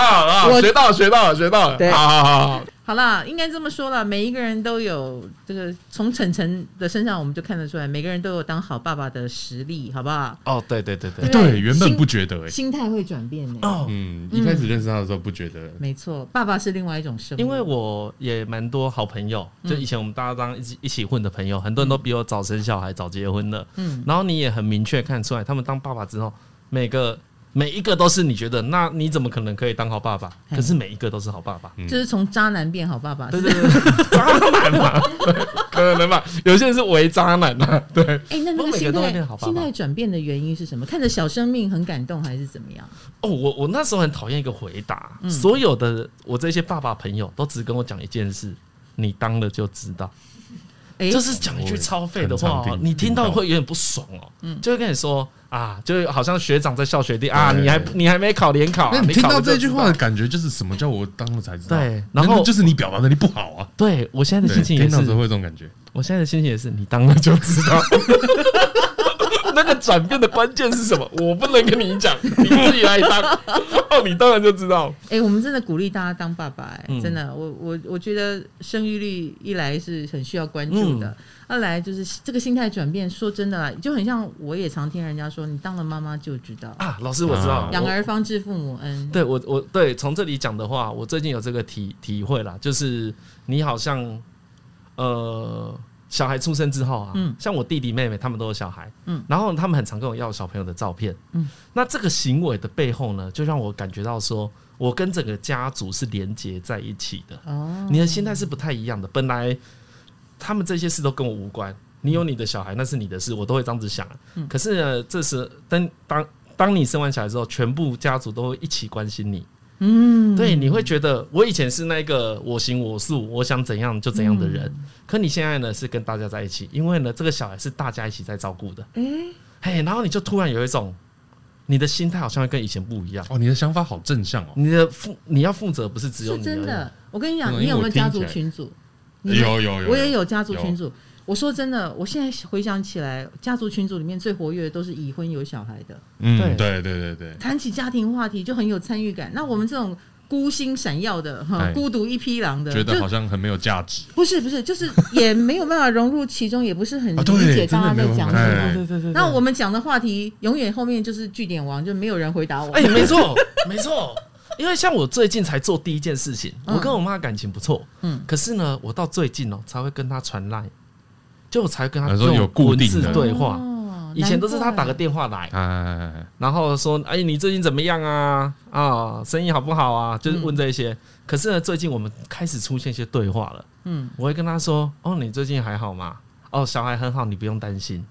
Speaker 2: 啊，
Speaker 3: 我
Speaker 2: 学到了学到了学到了，
Speaker 3: 对
Speaker 2: 好好好好。
Speaker 3: 好啦，应该这么说啦，每一个人都有这个，从晨晨的身上我们就看得出来，每个人都有当好爸爸的实力，好不好？
Speaker 2: 哦，对对对对
Speaker 3: 对，
Speaker 1: 对，原本
Speaker 3: 心
Speaker 1: 不觉得哎，
Speaker 3: 心态会转变呢、
Speaker 2: 哦，
Speaker 1: 嗯，一开始认识他的时候不觉得，
Speaker 3: 没错，爸爸是另外一种生活，
Speaker 2: 因为我也蛮多好朋友，就以前我们大家当一起一起混的朋友，很多人都比我早生小孩、早结婚的。
Speaker 3: 嗯，
Speaker 2: 然后你也很明确看出来，他们当爸爸之后，每个每一个都是你觉得，那你怎么可能可以当好爸爸？
Speaker 3: 嘿
Speaker 2: 可是每一个都是好爸爸。
Speaker 1: 嗯
Speaker 3: 就是从渣男变好爸爸。
Speaker 2: 嗯 对对对，渣男嘛， 对可能吧？有些人是伪渣男啊，对。
Speaker 3: 哎、那那
Speaker 2: 不过每
Speaker 3: 个
Speaker 2: 个
Speaker 3: 心
Speaker 2: 都会
Speaker 3: 态
Speaker 2: 变好爸爸
Speaker 3: 心态转变的原因是什么？看着小生命很感动，还是怎么样？
Speaker 2: 哦，我我那时候很讨厌一个回答，所有的我这些爸爸朋友都只跟我讲一件事：你当了就知道。
Speaker 3: 哎、
Speaker 2: 就是讲一句超废的
Speaker 1: 很
Speaker 2: 话、
Speaker 1: 常
Speaker 2: 哦
Speaker 1: 听，
Speaker 2: 你听到
Speaker 1: 听到嗯
Speaker 2: 会有点不爽哦，就会跟你说啊，就好像学长在笑学弟啊，
Speaker 1: 对
Speaker 2: 你还你还没考联考、
Speaker 1: 那
Speaker 2: 啊，
Speaker 1: 你听
Speaker 2: 考
Speaker 1: 到
Speaker 2: 了就
Speaker 1: 这句话的
Speaker 2: 知道，
Speaker 1: 感觉就是什么叫我当了才知道？
Speaker 2: 对然后
Speaker 1: 那就是你表达能力不好啊。
Speaker 2: 对我现在的
Speaker 1: 对，
Speaker 2: 心情
Speaker 1: 听
Speaker 2: 也
Speaker 1: 到时候
Speaker 2: 是，
Speaker 1: 会有这种感觉，
Speaker 2: 我现在的心情也是，你当了就知道。 那个转变的关键是什么？我不能跟你讲，你自己来当。哦，你当然就知道。
Speaker 3: 哎、我们真的鼓励大家当爸爸、哎、
Speaker 2: 嗯
Speaker 3: 真的，我我我觉得生育率一来是很需要关注的，二来就是这个心态转变，说真的啦，就很像我也常听人家说，你当了妈妈就知道，
Speaker 2: 啊，老师，我知道
Speaker 1: 啊，
Speaker 3: 养
Speaker 2: 我
Speaker 3: 儿方知父母恩。
Speaker 2: 对我我对从这里讲的话，我最近有这个体体会啦，就是你好像呃，小孩出生之后啊，
Speaker 3: 嗯
Speaker 2: 像我弟弟妹妹他们都有小孩，
Speaker 3: 嗯
Speaker 2: 然后他们很常跟我要小朋友的照片，
Speaker 3: 嗯
Speaker 2: 那这个行为的背后呢，就让我感觉到说我跟整个家族是连结在一起的，
Speaker 3: 哦，
Speaker 2: 你的心态是不太一样的。本来他们这些事都跟我无关，你有你的小孩那是你的事，我都会这样子想。
Speaker 3: 嗯
Speaker 2: 可是呢，这时当当当你生完小孩之后，全部家族都会一起关心你。
Speaker 3: 嗯，
Speaker 2: 对，你会觉得我以前是那个我行我素，我想怎样就怎样的人，
Speaker 3: 嗯
Speaker 2: 可你现在呢是跟大家在一起，因为呢这个小孩是大家一起在照顾的，
Speaker 3: 哎、
Speaker 2: 嘿，然后你就突然有一种你的心态好像跟以前不一样，
Speaker 1: 哦，你的想法好正向哦。
Speaker 2: 你的负你要负责不是只有
Speaker 3: 是
Speaker 2: 你而已
Speaker 3: 真的。我跟你
Speaker 1: 嗯
Speaker 3: 讲，你
Speaker 1: 因为
Speaker 3: 有没
Speaker 1: 我
Speaker 3: 有
Speaker 1: 听
Speaker 3: 家
Speaker 1: 起
Speaker 3: 族
Speaker 1: 来
Speaker 3: 群组？
Speaker 1: 有
Speaker 3: 你
Speaker 1: 有有，
Speaker 3: 嗯我也有家族群组。我说真的，我现在回想起来，家族群组里面最活跃的都是已婚有小孩的，
Speaker 1: 嗯，对
Speaker 2: 对
Speaker 1: 对对对，
Speaker 3: 谈起家庭话题就很有参与感。那我们这种孤星闪耀的、哈
Speaker 1: 哎
Speaker 3: 孤独一匹狼的，
Speaker 1: 觉
Speaker 3: 就
Speaker 1: 得好像很没有价值。
Speaker 3: 不是不是，就是也没有办法融入其中，也不是很
Speaker 1: 啊
Speaker 3: 理
Speaker 1: 对
Speaker 3: 解
Speaker 1: 真
Speaker 3: 大
Speaker 1: 的
Speaker 3: 家
Speaker 1: 没有
Speaker 3: 在
Speaker 1: 办
Speaker 3: 讲
Speaker 1: 法
Speaker 3: 什么。
Speaker 1: 哎
Speaker 2: 对对对，
Speaker 3: 那我们讲的话题，永远后面就是据点王，就没有人回答我。
Speaker 2: 哎、没错没错，因为像我最近才做第一件事情，
Speaker 3: 嗯
Speaker 2: 我跟我妈感情不错，
Speaker 3: 嗯
Speaker 2: 可是呢，我到最近哦才会跟她传赖，就我才会跟她
Speaker 1: 啊说有
Speaker 2: 用
Speaker 1: 固
Speaker 2: 文
Speaker 1: 定
Speaker 2: 字
Speaker 1: 的
Speaker 2: 对话。
Speaker 3: 哦
Speaker 2: 以前都是他打个
Speaker 3: 难怪
Speaker 2: 电话来，
Speaker 1: 哎，
Speaker 2: 然后说：“哎，你最近怎么样啊？啊，生意好不好啊？”
Speaker 3: 嗯
Speaker 2: 就是问这些。可是呢，最近我们开始出现一些对话了。
Speaker 3: 嗯，
Speaker 2: 我会跟他说：“哦，你最近还好吗？哦，小孩很好，你不用担心。”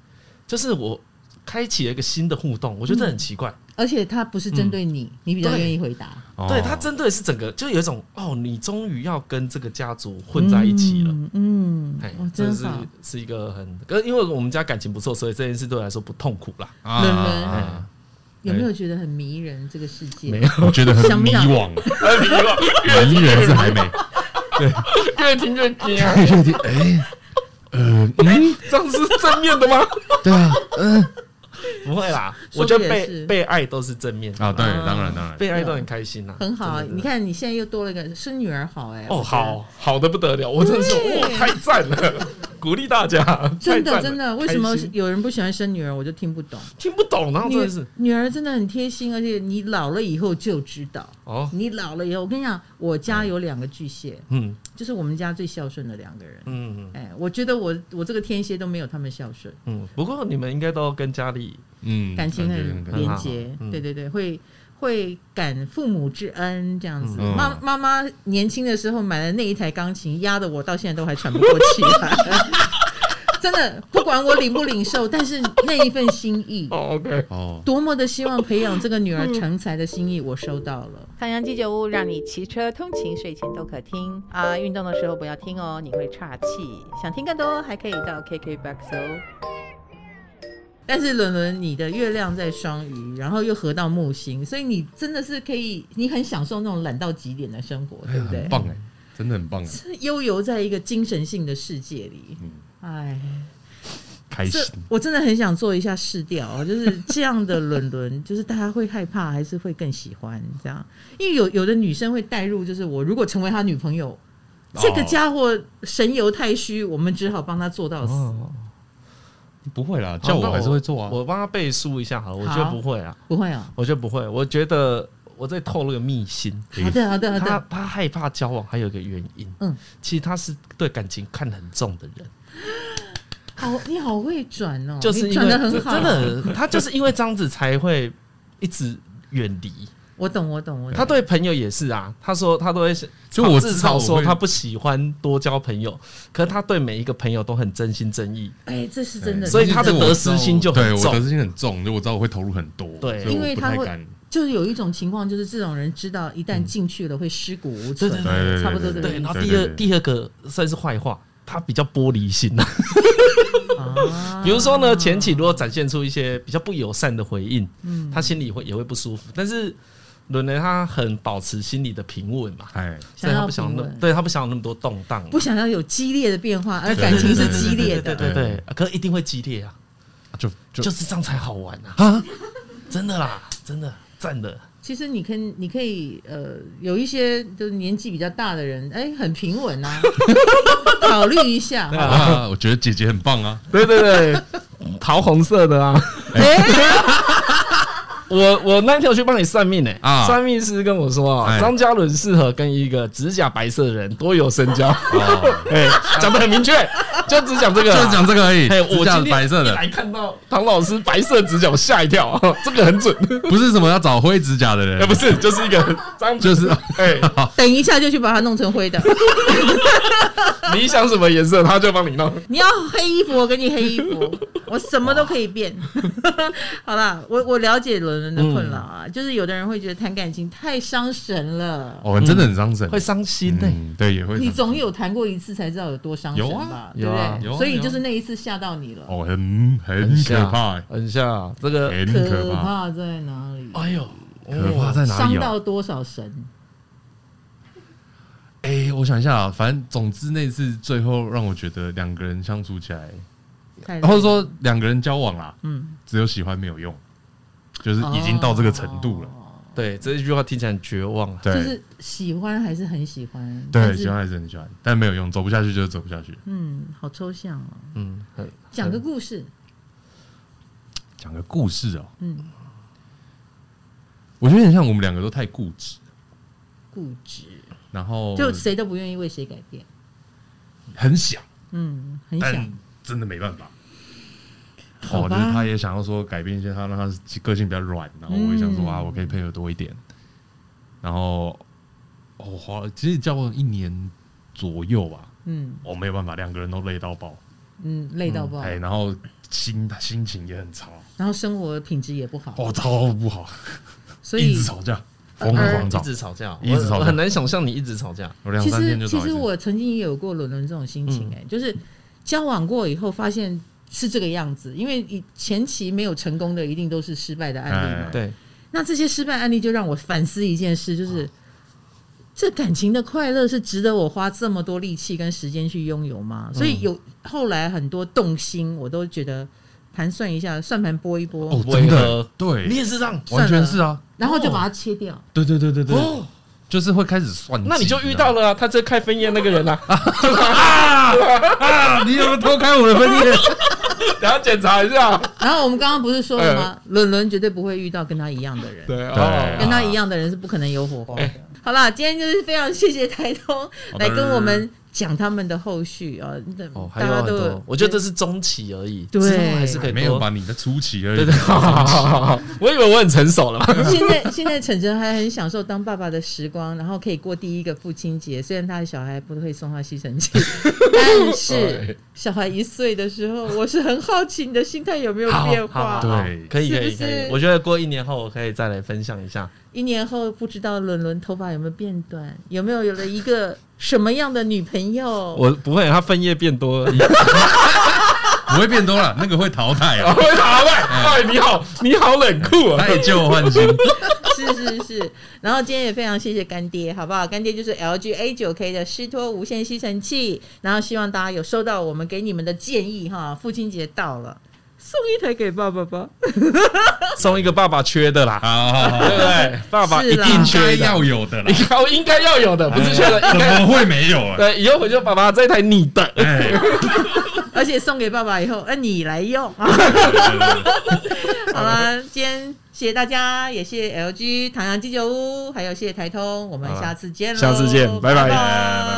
Speaker 2: 就是我开启了一个新的互动，我觉得这
Speaker 3: 嗯
Speaker 2: 很奇怪。
Speaker 3: 而且他不是针对你，你比较愿意回答。
Speaker 1: 哦
Speaker 2: 对他针对的是整个，就有一种哦，你终于要跟这个家族混在一起了。
Speaker 3: 嗯，嗯，
Speaker 2: 哎
Speaker 3: 哦，
Speaker 2: 这
Speaker 3: 真
Speaker 2: 是
Speaker 3: 好。
Speaker 2: 是一个很，可是因为我们家感情不错，所以这件事对我来说不痛苦 啦。
Speaker 1: 啊
Speaker 3: 人
Speaker 1: 啊
Speaker 3: 有没有觉得很迷人？这个世界
Speaker 2: 没
Speaker 1: 我觉得很
Speaker 3: 想不
Speaker 1: 迷
Speaker 3: 到
Speaker 1: 惘， 迷人是还没，
Speaker 2: 越听越惊，
Speaker 1: 有点哎，呃，嗯，
Speaker 2: 这样是正面的吗？
Speaker 1: 对啊，嗯
Speaker 2: 不会啦，
Speaker 3: 说
Speaker 2: 我
Speaker 3: 得
Speaker 2: 觉
Speaker 3: 也
Speaker 2: 得被
Speaker 3: 是
Speaker 2: 被爱都是正面的
Speaker 1: 啊，对，
Speaker 2: 啦
Speaker 1: 当然当然，
Speaker 2: 被爱都很开心啦，
Speaker 3: 很好啊！
Speaker 2: 真的
Speaker 3: 你看你现在又多了一个孙女儿，好哎、
Speaker 2: 哦，
Speaker 3: 我觉得。
Speaker 2: 好 好的不得了，我真的是
Speaker 3: 对
Speaker 2: 哇，太赞了，鼓励大家，
Speaker 3: 真
Speaker 2: 太赞
Speaker 3: 的
Speaker 2: 了
Speaker 3: 真的，为
Speaker 2: 开
Speaker 3: 什么
Speaker 2: 心
Speaker 3: 有人不喜欢生女儿，我就听不懂。
Speaker 2: 听不懂？然后真的是
Speaker 3: 女女儿真的很贴心，而且你老了以后就知道。
Speaker 2: 哦，
Speaker 3: 你老了以后，我跟你讲，我家有两个巨蟹，
Speaker 2: 嗯
Speaker 3: 就是我们家最孝顺的两个人。
Speaker 2: 嗯
Speaker 3: 哎，我觉得我我这个天蝎都没有他们孝顺，
Speaker 2: 嗯，不过你们应该都跟家里
Speaker 1: 嗯，
Speaker 3: 感情
Speaker 1: 感觉
Speaker 3: 很
Speaker 1: 很
Speaker 2: 很
Speaker 3: 廉
Speaker 2: 好
Speaker 3: 洁，
Speaker 2: 嗯
Speaker 3: 对对对，会会感父母之恩这样子。
Speaker 1: 嗯
Speaker 3: 妈妈妈年轻的时候买的那一台钢琴，压得我到现在都还喘不过气来。 真的，不管我领不领受，但是那一份心意，
Speaker 2: 哦，OK，
Speaker 1: 哦，
Speaker 3: 多么的希望培养这个女儿成才的心意，我收到了。
Speaker 4: 汉阳鸡酒屋让你骑车、通勤、睡前都可听啊！运动的时候不要听哦，你会岔气。想听更多，还可以到 KKBOX 哦。
Speaker 3: 但是伦伦，你的月亮在双鱼，然后又合到木星，所以你真的是可以，你很享受那种懒到极点的生活，
Speaker 1: 哎
Speaker 3: 对
Speaker 1: 呀，
Speaker 3: 不对
Speaker 1: 很？棒哎，真的很棒哎，
Speaker 3: 是悠游在一个精神性的世界里
Speaker 1: 嗯。
Speaker 3: 哎，
Speaker 1: 开
Speaker 3: 这
Speaker 1: 心，
Speaker 3: 我真的很想做一下试调哦，就是这样的伦伦， 就是大家会害怕还是会更喜欢这样？因为有有的女生会带入，就是我如果成为他女朋友，这
Speaker 1: 哦
Speaker 2: 哦
Speaker 3: 个家伙神游太虚，我们只好帮他做到死。
Speaker 2: 哦，
Speaker 1: 不会啦，
Speaker 2: 好
Speaker 1: 叫
Speaker 2: 那
Speaker 1: 我还是会做啊，
Speaker 2: 我帮他背书一下好了，我觉得
Speaker 3: 好
Speaker 2: 不会啊，
Speaker 3: 不会啊，
Speaker 2: 我觉得不会，我觉得我在透露个秘辛。
Speaker 3: 好的好的好
Speaker 2: 他
Speaker 3: 的，
Speaker 2: 他害怕交往，还有一个原因，
Speaker 3: 嗯
Speaker 2: 嗯，其实他是对感情看很重的人，
Speaker 3: 好，你好会转哦，
Speaker 2: 就是因
Speaker 3: 你转
Speaker 2: 为
Speaker 3: 的很
Speaker 2: 这
Speaker 3: 好，
Speaker 2: 真。的，他就是因为这样子才会一直远离。
Speaker 3: 我懂我懂我懂，
Speaker 2: 他对朋友也是啊，他说他都会
Speaker 1: 就我
Speaker 2: 自
Speaker 1: 知道
Speaker 2: 嘲
Speaker 1: 我
Speaker 2: 说
Speaker 1: 会
Speaker 2: 他不喜欢多交朋友，可是他对每一个朋友都很真心真意，
Speaker 3: 哎，这是真的，
Speaker 1: 哎
Speaker 2: 所以
Speaker 1: 这
Speaker 2: 他的
Speaker 1: 这我
Speaker 2: 得
Speaker 1: 知
Speaker 2: 失
Speaker 1: 道
Speaker 2: 心就很
Speaker 1: 对我
Speaker 2: 重
Speaker 1: 得失心很重，就我知道我会投入很多，
Speaker 2: 对
Speaker 1: 所以
Speaker 3: 因为
Speaker 1: 我不
Speaker 3: 他
Speaker 1: 太
Speaker 3: 会
Speaker 1: 敢，
Speaker 3: 就是有一种情况，就是这种人知道一旦进去了会尸骨无
Speaker 2: 对
Speaker 3: 存，
Speaker 2: 对
Speaker 1: 对对
Speaker 3: 差不多
Speaker 1: 对
Speaker 3: 的
Speaker 2: 对。
Speaker 3: 意
Speaker 2: 然
Speaker 3: 思
Speaker 1: 对
Speaker 2: 后第二
Speaker 1: 对对
Speaker 2: 第二个算是坏话，他比较玻璃心啊。
Speaker 3: 啊
Speaker 2: 比如说呢，前期如果展现出一些比较不友善的回应，
Speaker 3: 嗯
Speaker 2: 他心里会也会不舒服。但是伦伦他很保持心里的平稳嘛，
Speaker 1: 哎，
Speaker 2: 所
Speaker 3: 想
Speaker 2: 以他
Speaker 3: 要
Speaker 2: 不想
Speaker 3: 平
Speaker 2: 那
Speaker 3: 稳，
Speaker 2: 对他不想有那么多动荡嘛，
Speaker 3: 不想要有激烈的变化，
Speaker 2: 对
Speaker 3: 而
Speaker 2: 对
Speaker 3: 感情是
Speaker 2: 对对
Speaker 3: 激烈
Speaker 2: 对
Speaker 3: 的。
Speaker 2: 对对对，
Speaker 1: 嗯
Speaker 2: 对可是一定会激烈啊，
Speaker 1: 就就
Speaker 2: 就是这样才好玩啊！
Speaker 1: 啊，
Speaker 2: 真的啦，真的，赞的。
Speaker 3: 其实你跟你可以呃，有一些就是年纪比较大的人，哎，很平 稳啊，考虑一下。
Speaker 2: 对
Speaker 1: 啊，我觉得姐姐很棒啊，
Speaker 2: 对对对，桃红色的啊，
Speaker 3: 哎，
Speaker 2: 我我那天我去帮你算命呢、
Speaker 1: 啊
Speaker 2: 算命师跟我说啊，
Speaker 1: 哎
Speaker 2: 张嘉伦适合跟一个指甲白色的人多有深交。
Speaker 1: 哦，
Speaker 2: 哎，讲的很明确，就只讲这个
Speaker 1: 就
Speaker 2: 啊。
Speaker 1: 是讲这个而已。
Speaker 2: 哎，
Speaker 1: 指
Speaker 2: 我
Speaker 1: 甲
Speaker 2: 今
Speaker 1: 是
Speaker 2: 天
Speaker 1: 白色
Speaker 2: 一
Speaker 1: 的，
Speaker 2: 来看到唐老师白色指甲，我吓一跳， 这个很准。
Speaker 1: 不是什么要找灰指甲的
Speaker 2: 哎，
Speaker 1: 人
Speaker 2: 不，是，就是一个张，
Speaker 1: 就是哦
Speaker 2: 哎，
Speaker 3: 等一下就去把它弄成灰的。
Speaker 2: 你想什么颜色，他就帮你弄。
Speaker 3: 你要黑衣服，我给你黑衣服， 我什么都可以变。 好啦，我我了解伦伦的困扰
Speaker 1: 嗯
Speaker 3: 啊，就是有的人会觉得谈感情太伤神了。
Speaker 1: 哦，真的很伤神，
Speaker 2: 嗯会伤心呢、
Speaker 1: 嗯对，也会伤
Speaker 3: 你
Speaker 1: 神。
Speaker 3: 总有谈过一次才知道有多伤神吧，对
Speaker 2: 有
Speaker 3: 不对？
Speaker 2: 啊
Speaker 1: 有啊有啊
Speaker 3: 所以就是那一次吓到你了，
Speaker 1: 哦，很很可怕，
Speaker 2: 很像这个，
Speaker 1: 很可
Speaker 3: 可
Speaker 1: 怕，
Speaker 3: 怕在哪里？
Speaker 2: 哎呦，
Speaker 1: 哎可怕在哪
Speaker 3: 伤
Speaker 1: 里啊？
Speaker 3: 到多少神？
Speaker 1: 哎，我想一下啊，反正总之那次最后让我觉得两个人相处起来，
Speaker 3: 太
Speaker 1: 或者说两个人交往啦，
Speaker 3: 嗯，
Speaker 1: 只有喜欢没有用，就是已经到这个程度了。
Speaker 3: 哦
Speaker 2: 对这一句话听起来很绝望啊。
Speaker 3: 就
Speaker 1: 对
Speaker 3: 是喜欢还是很喜欢，但
Speaker 1: 对，
Speaker 3: 是
Speaker 1: 喜欢还是很喜欢，但没有用，走不下去就是走不下去。
Speaker 3: 嗯，好抽象哦。
Speaker 2: 嗯，很
Speaker 3: 讲个故事，
Speaker 1: 讲个故事哦，
Speaker 3: 嗯，
Speaker 1: 我觉得很像我们两个都太固执，
Speaker 3: 固执，
Speaker 1: 然后
Speaker 3: 就谁都不愿意为谁改变。
Speaker 1: 很想，
Speaker 3: 嗯，很
Speaker 1: 但
Speaker 3: 想，
Speaker 1: 真的没办法。
Speaker 3: 好
Speaker 1: 哦，就
Speaker 3: 吧
Speaker 1: 是他也想要说改变一些他，让他个性比较软，然后我也想说
Speaker 3: 嗯
Speaker 1: 啊，我可以配合多一点。然后哦，花了其实交往一年左右吧，
Speaker 3: 嗯
Speaker 1: 我、没有办法，两个人都累到爆，
Speaker 3: 嗯，累到爆，
Speaker 1: 哎，然后心心情也很差，
Speaker 3: 然后生活品质也不好，
Speaker 1: 哦，超不好，
Speaker 3: 所
Speaker 1: 一
Speaker 3: 以呃
Speaker 1: 直吵架，疯狂
Speaker 2: 一
Speaker 1: 吵，
Speaker 2: 直吵架，
Speaker 1: 一直吵架
Speaker 2: 我我很难想象你一直吵架。
Speaker 1: 我两
Speaker 3: 其
Speaker 1: 三天
Speaker 3: 实
Speaker 1: 就
Speaker 3: 其
Speaker 1: 吵一
Speaker 3: 实
Speaker 1: 次。嗯
Speaker 3: 我曾经也有过伦伦这种心情、哎、就是交往过以后发现是这个样子，因为以前期没有成功的，一定都是失败的案例嘛。
Speaker 1: 哎
Speaker 2: 对，
Speaker 3: 那这些失败案例就让我反思一件事，
Speaker 1: 啊
Speaker 3: 就是。这感情的快乐是值得我花这么多力气跟时间去拥有
Speaker 1: 嗯
Speaker 3: 吗？所以有后来很多动心，我都觉得盘算一下，算盘拨一拨，
Speaker 1: 哦，
Speaker 2: 不会
Speaker 1: 真的
Speaker 2: 喝，你
Speaker 1: 对，
Speaker 2: 也是这样。
Speaker 1: 完全是啊，
Speaker 3: 然后就把它切掉。
Speaker 1: 对对对对对，
Speaker 2: 哦，
Speaker 1: 就是会开始算计。
Speaker 2: 那你就遇到了啊，他这开分页那个人啊，
Speaker 1: 啊，你有没有偷开我的分 页？
Speaker 2: 然后检查一下。
Speaker 3: 然后我们刚刚不是说了吗？伦伦绝对不会遇到跟他一样的人，
Speaker 2: 对，
Speaker 1: 对
Speaker 3: 跟
Speaker 2: 哦
Speaker 3: 他一样的人是不可能有火花的。好啦，今天就是非常谢谢台东
Speaker 1: 的
Speaker 3: 来跟我们讲他们的后续啊，那
Speaker 2: 哦，还
Speaker 3: 大
Speaker 2: 有
Speaker 3: 家
Speaker 2: 很
Speaker 3: 都
Speaker 2: 多
Speaker 3: 有，
Speaker 2: 我觉得这是中期而已，
Speaker 3: 对
Speaker 2: 之后还是可
Speaker 1: 还
Speaker 2: 以多
Speaker 1: 没有把你的初期而已。
Speaker 2: 对对，好好好好好， 我以为我很成熟了嘛。
Speaker 3: 现在现在晨晨还很享受当爸爸的时光，然后可以过第一个父亲节。虽然他的小孩不会送他吸尘器，但是小孩一岁的时候，我是很好奇你的心态有没有变
Speaker 2: 好
Speaker 3: 化。
Speaker 1: 对
Speaker 2: 可以可
Speaker 3: 是
Speaker 2: 以
Speaker 3: 不
Speaker 2: 可
Speaker 3: 是
Speaker 2: 以，我觉得过一年后我可以再来分享一下。
Speaker 3: 一年后不知道伦伦头发有没有变短，有没有有了一个什么样的女朋友？
Speaker 2: 我不会，他分页变多而 已。
Speaker 1: 不会变多了，那个会淘汰 啊，
Speaker 2: 会打外，哎，你好，你好冷酷啊！
Speaker 1: 太旧换新。
Speaker 3: 是是是，然后今天也非常谢谢干爹，好不好？干爹就是 LG A 九 K 的湿拖无线吸尘器，然后希望大家有收到我们给你们的建议哈。父亲节到了，送一台给爸爸吧。
Speaker 2: 送一个爸爸缺的啦，
Speaker 1: 好好好，
Speaker 2: 对不 对？爸爸
Speaker 3: 啊
Speaker 2: 一定
Speaker 1: 应该
Speaker 2: 缺的，
Speaker 1: 要有的啦，
Speaker 2: 应该应该要有的，不是缺的，
Speaker 1: 哎怎
Speaker 2: 应该
Speaker 1: 么会没有啊？
Speaker 2: 对。以后我就爸爸这一台你的，
Speaker 1: 哎，对
Speaker 3: 而且送给爸爸以后，那、你来 用。
Speaker 1: 对对对
Speaker 3: 好啦，今天谢谢大家，也谢谢 LG 唐阳鸡酒屋，还有谢谢台通，我们
Speaker 2: 好啦
Speaker 3: 下次见喽，
Speaker 2: 下次见拜拜
Speaker 3: 拜